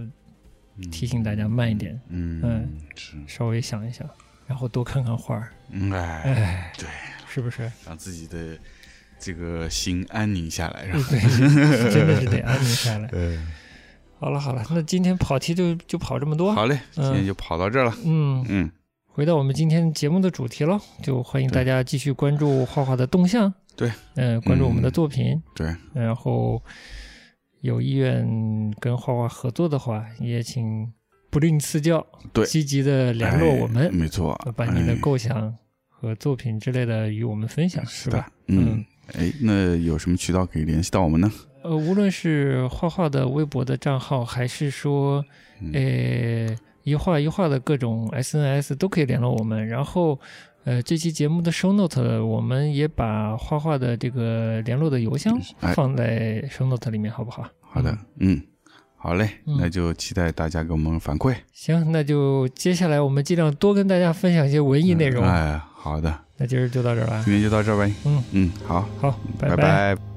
[SPEAKER 1] 嗯
[SPEAKER 2] 提醒大家慢一点，
[SPEAKER 1] 嗯
[SPEAKER 2] 嗯
[SPEAKER 1] 是
[SPEAKER 2] 稍微想一想，然后多看看画儿，
[SPEAKER 1] 嗯哎，
[SPEAKER 2] 哎，
[SPEAKER 1] 对，
[SPEAKER 2] 是不是？
[SPEAKER 1] 让自己的这个心安宁下来，然
[SPEAKER 2] 嗯
[SPEAKER 1] 后
[SPEAKER 2] 对，真的是得安宁下来。
[SPEAKER 1] 嗯，
[SPEAKER 2] 好了好了，那今天跑题就就跑这么多。
[SPEAKER 1] 好嘞，今
[SPEAKER 2] 嗯
[SPEAKER 1] 天就跑到这儿了，
[SPEAKER 2] 嗯，
[SPEAKER 1] 嗯，
[SPEAKER 2] 回到我们今天节目的主题了，就欢迎大家继续关注画画的动向，
[SPEAKER 1] 对，
[SPEAKER 2] 嗯，关注我们的
[SPEAKER 1] 嗯
[SPEAKER 2] 作品，
[SPEAKER 1] 对，
[SPEAKER 2] 然后有意愿跟画画合作的话，也请不吝赐教，
[SPEAKER 1] 对
[SPEAKER 2] 积极的联络我
[SPEAKER 1] 哎
[SPEAKER 2] 们，
[SPEAKER 1] 没错，
[SPEAKER 2] 把你的
[SPEAKER 1] 哎
[SPEAKER 2] 构想和作品之类的与我们分享，
[SPEAKER 1] 是
[SPEAKER 2] 是
[SPEAKER 1] 的
[SPEAKER 2] 吧？，
[SPEAKER 1] 嗯，哎，那有什么渠道可以联系到我们呢？
[SPEAKER 2] 呃，无论是画画的微博的账号，还是说，
[SPEAKER 1] 嗯
[SPEAKER 2] 呃，一画一画的各种 SNS 都可以联络我们。然后，呃，这期节目的 show note 我们也把画画的这个联络的邮箱
[SPEAKER 1] 哎
[SPEAKER 2] 放在 show note 里面，好不好？
[SPEAKER 1] 好的
[SPEAKER 2] 嗯，
[SPEAKER 1] 嗯，好嘞，
[SPEAKER 2] 嗯
[SPEAKER 1] 那就期待大家给我们反馈
[SPEAKER 2] 行，那就接下来我们尽量多跟大家分享一些文艺内容。
[SPEAKER 1] 哎，好的，
[SPEAKER 2] 那今儿就到这儿了啊，
[SPEAKER 1] 今天就到这儿呗，
[SPEAKER 2] 嗯
[SPEAKER 1] 嗯，好，
[SPEAKER 2] 好，
[SPEAKER 1] 拜
[SPEAKER 2] 拜
[SPEAKER 1] 拜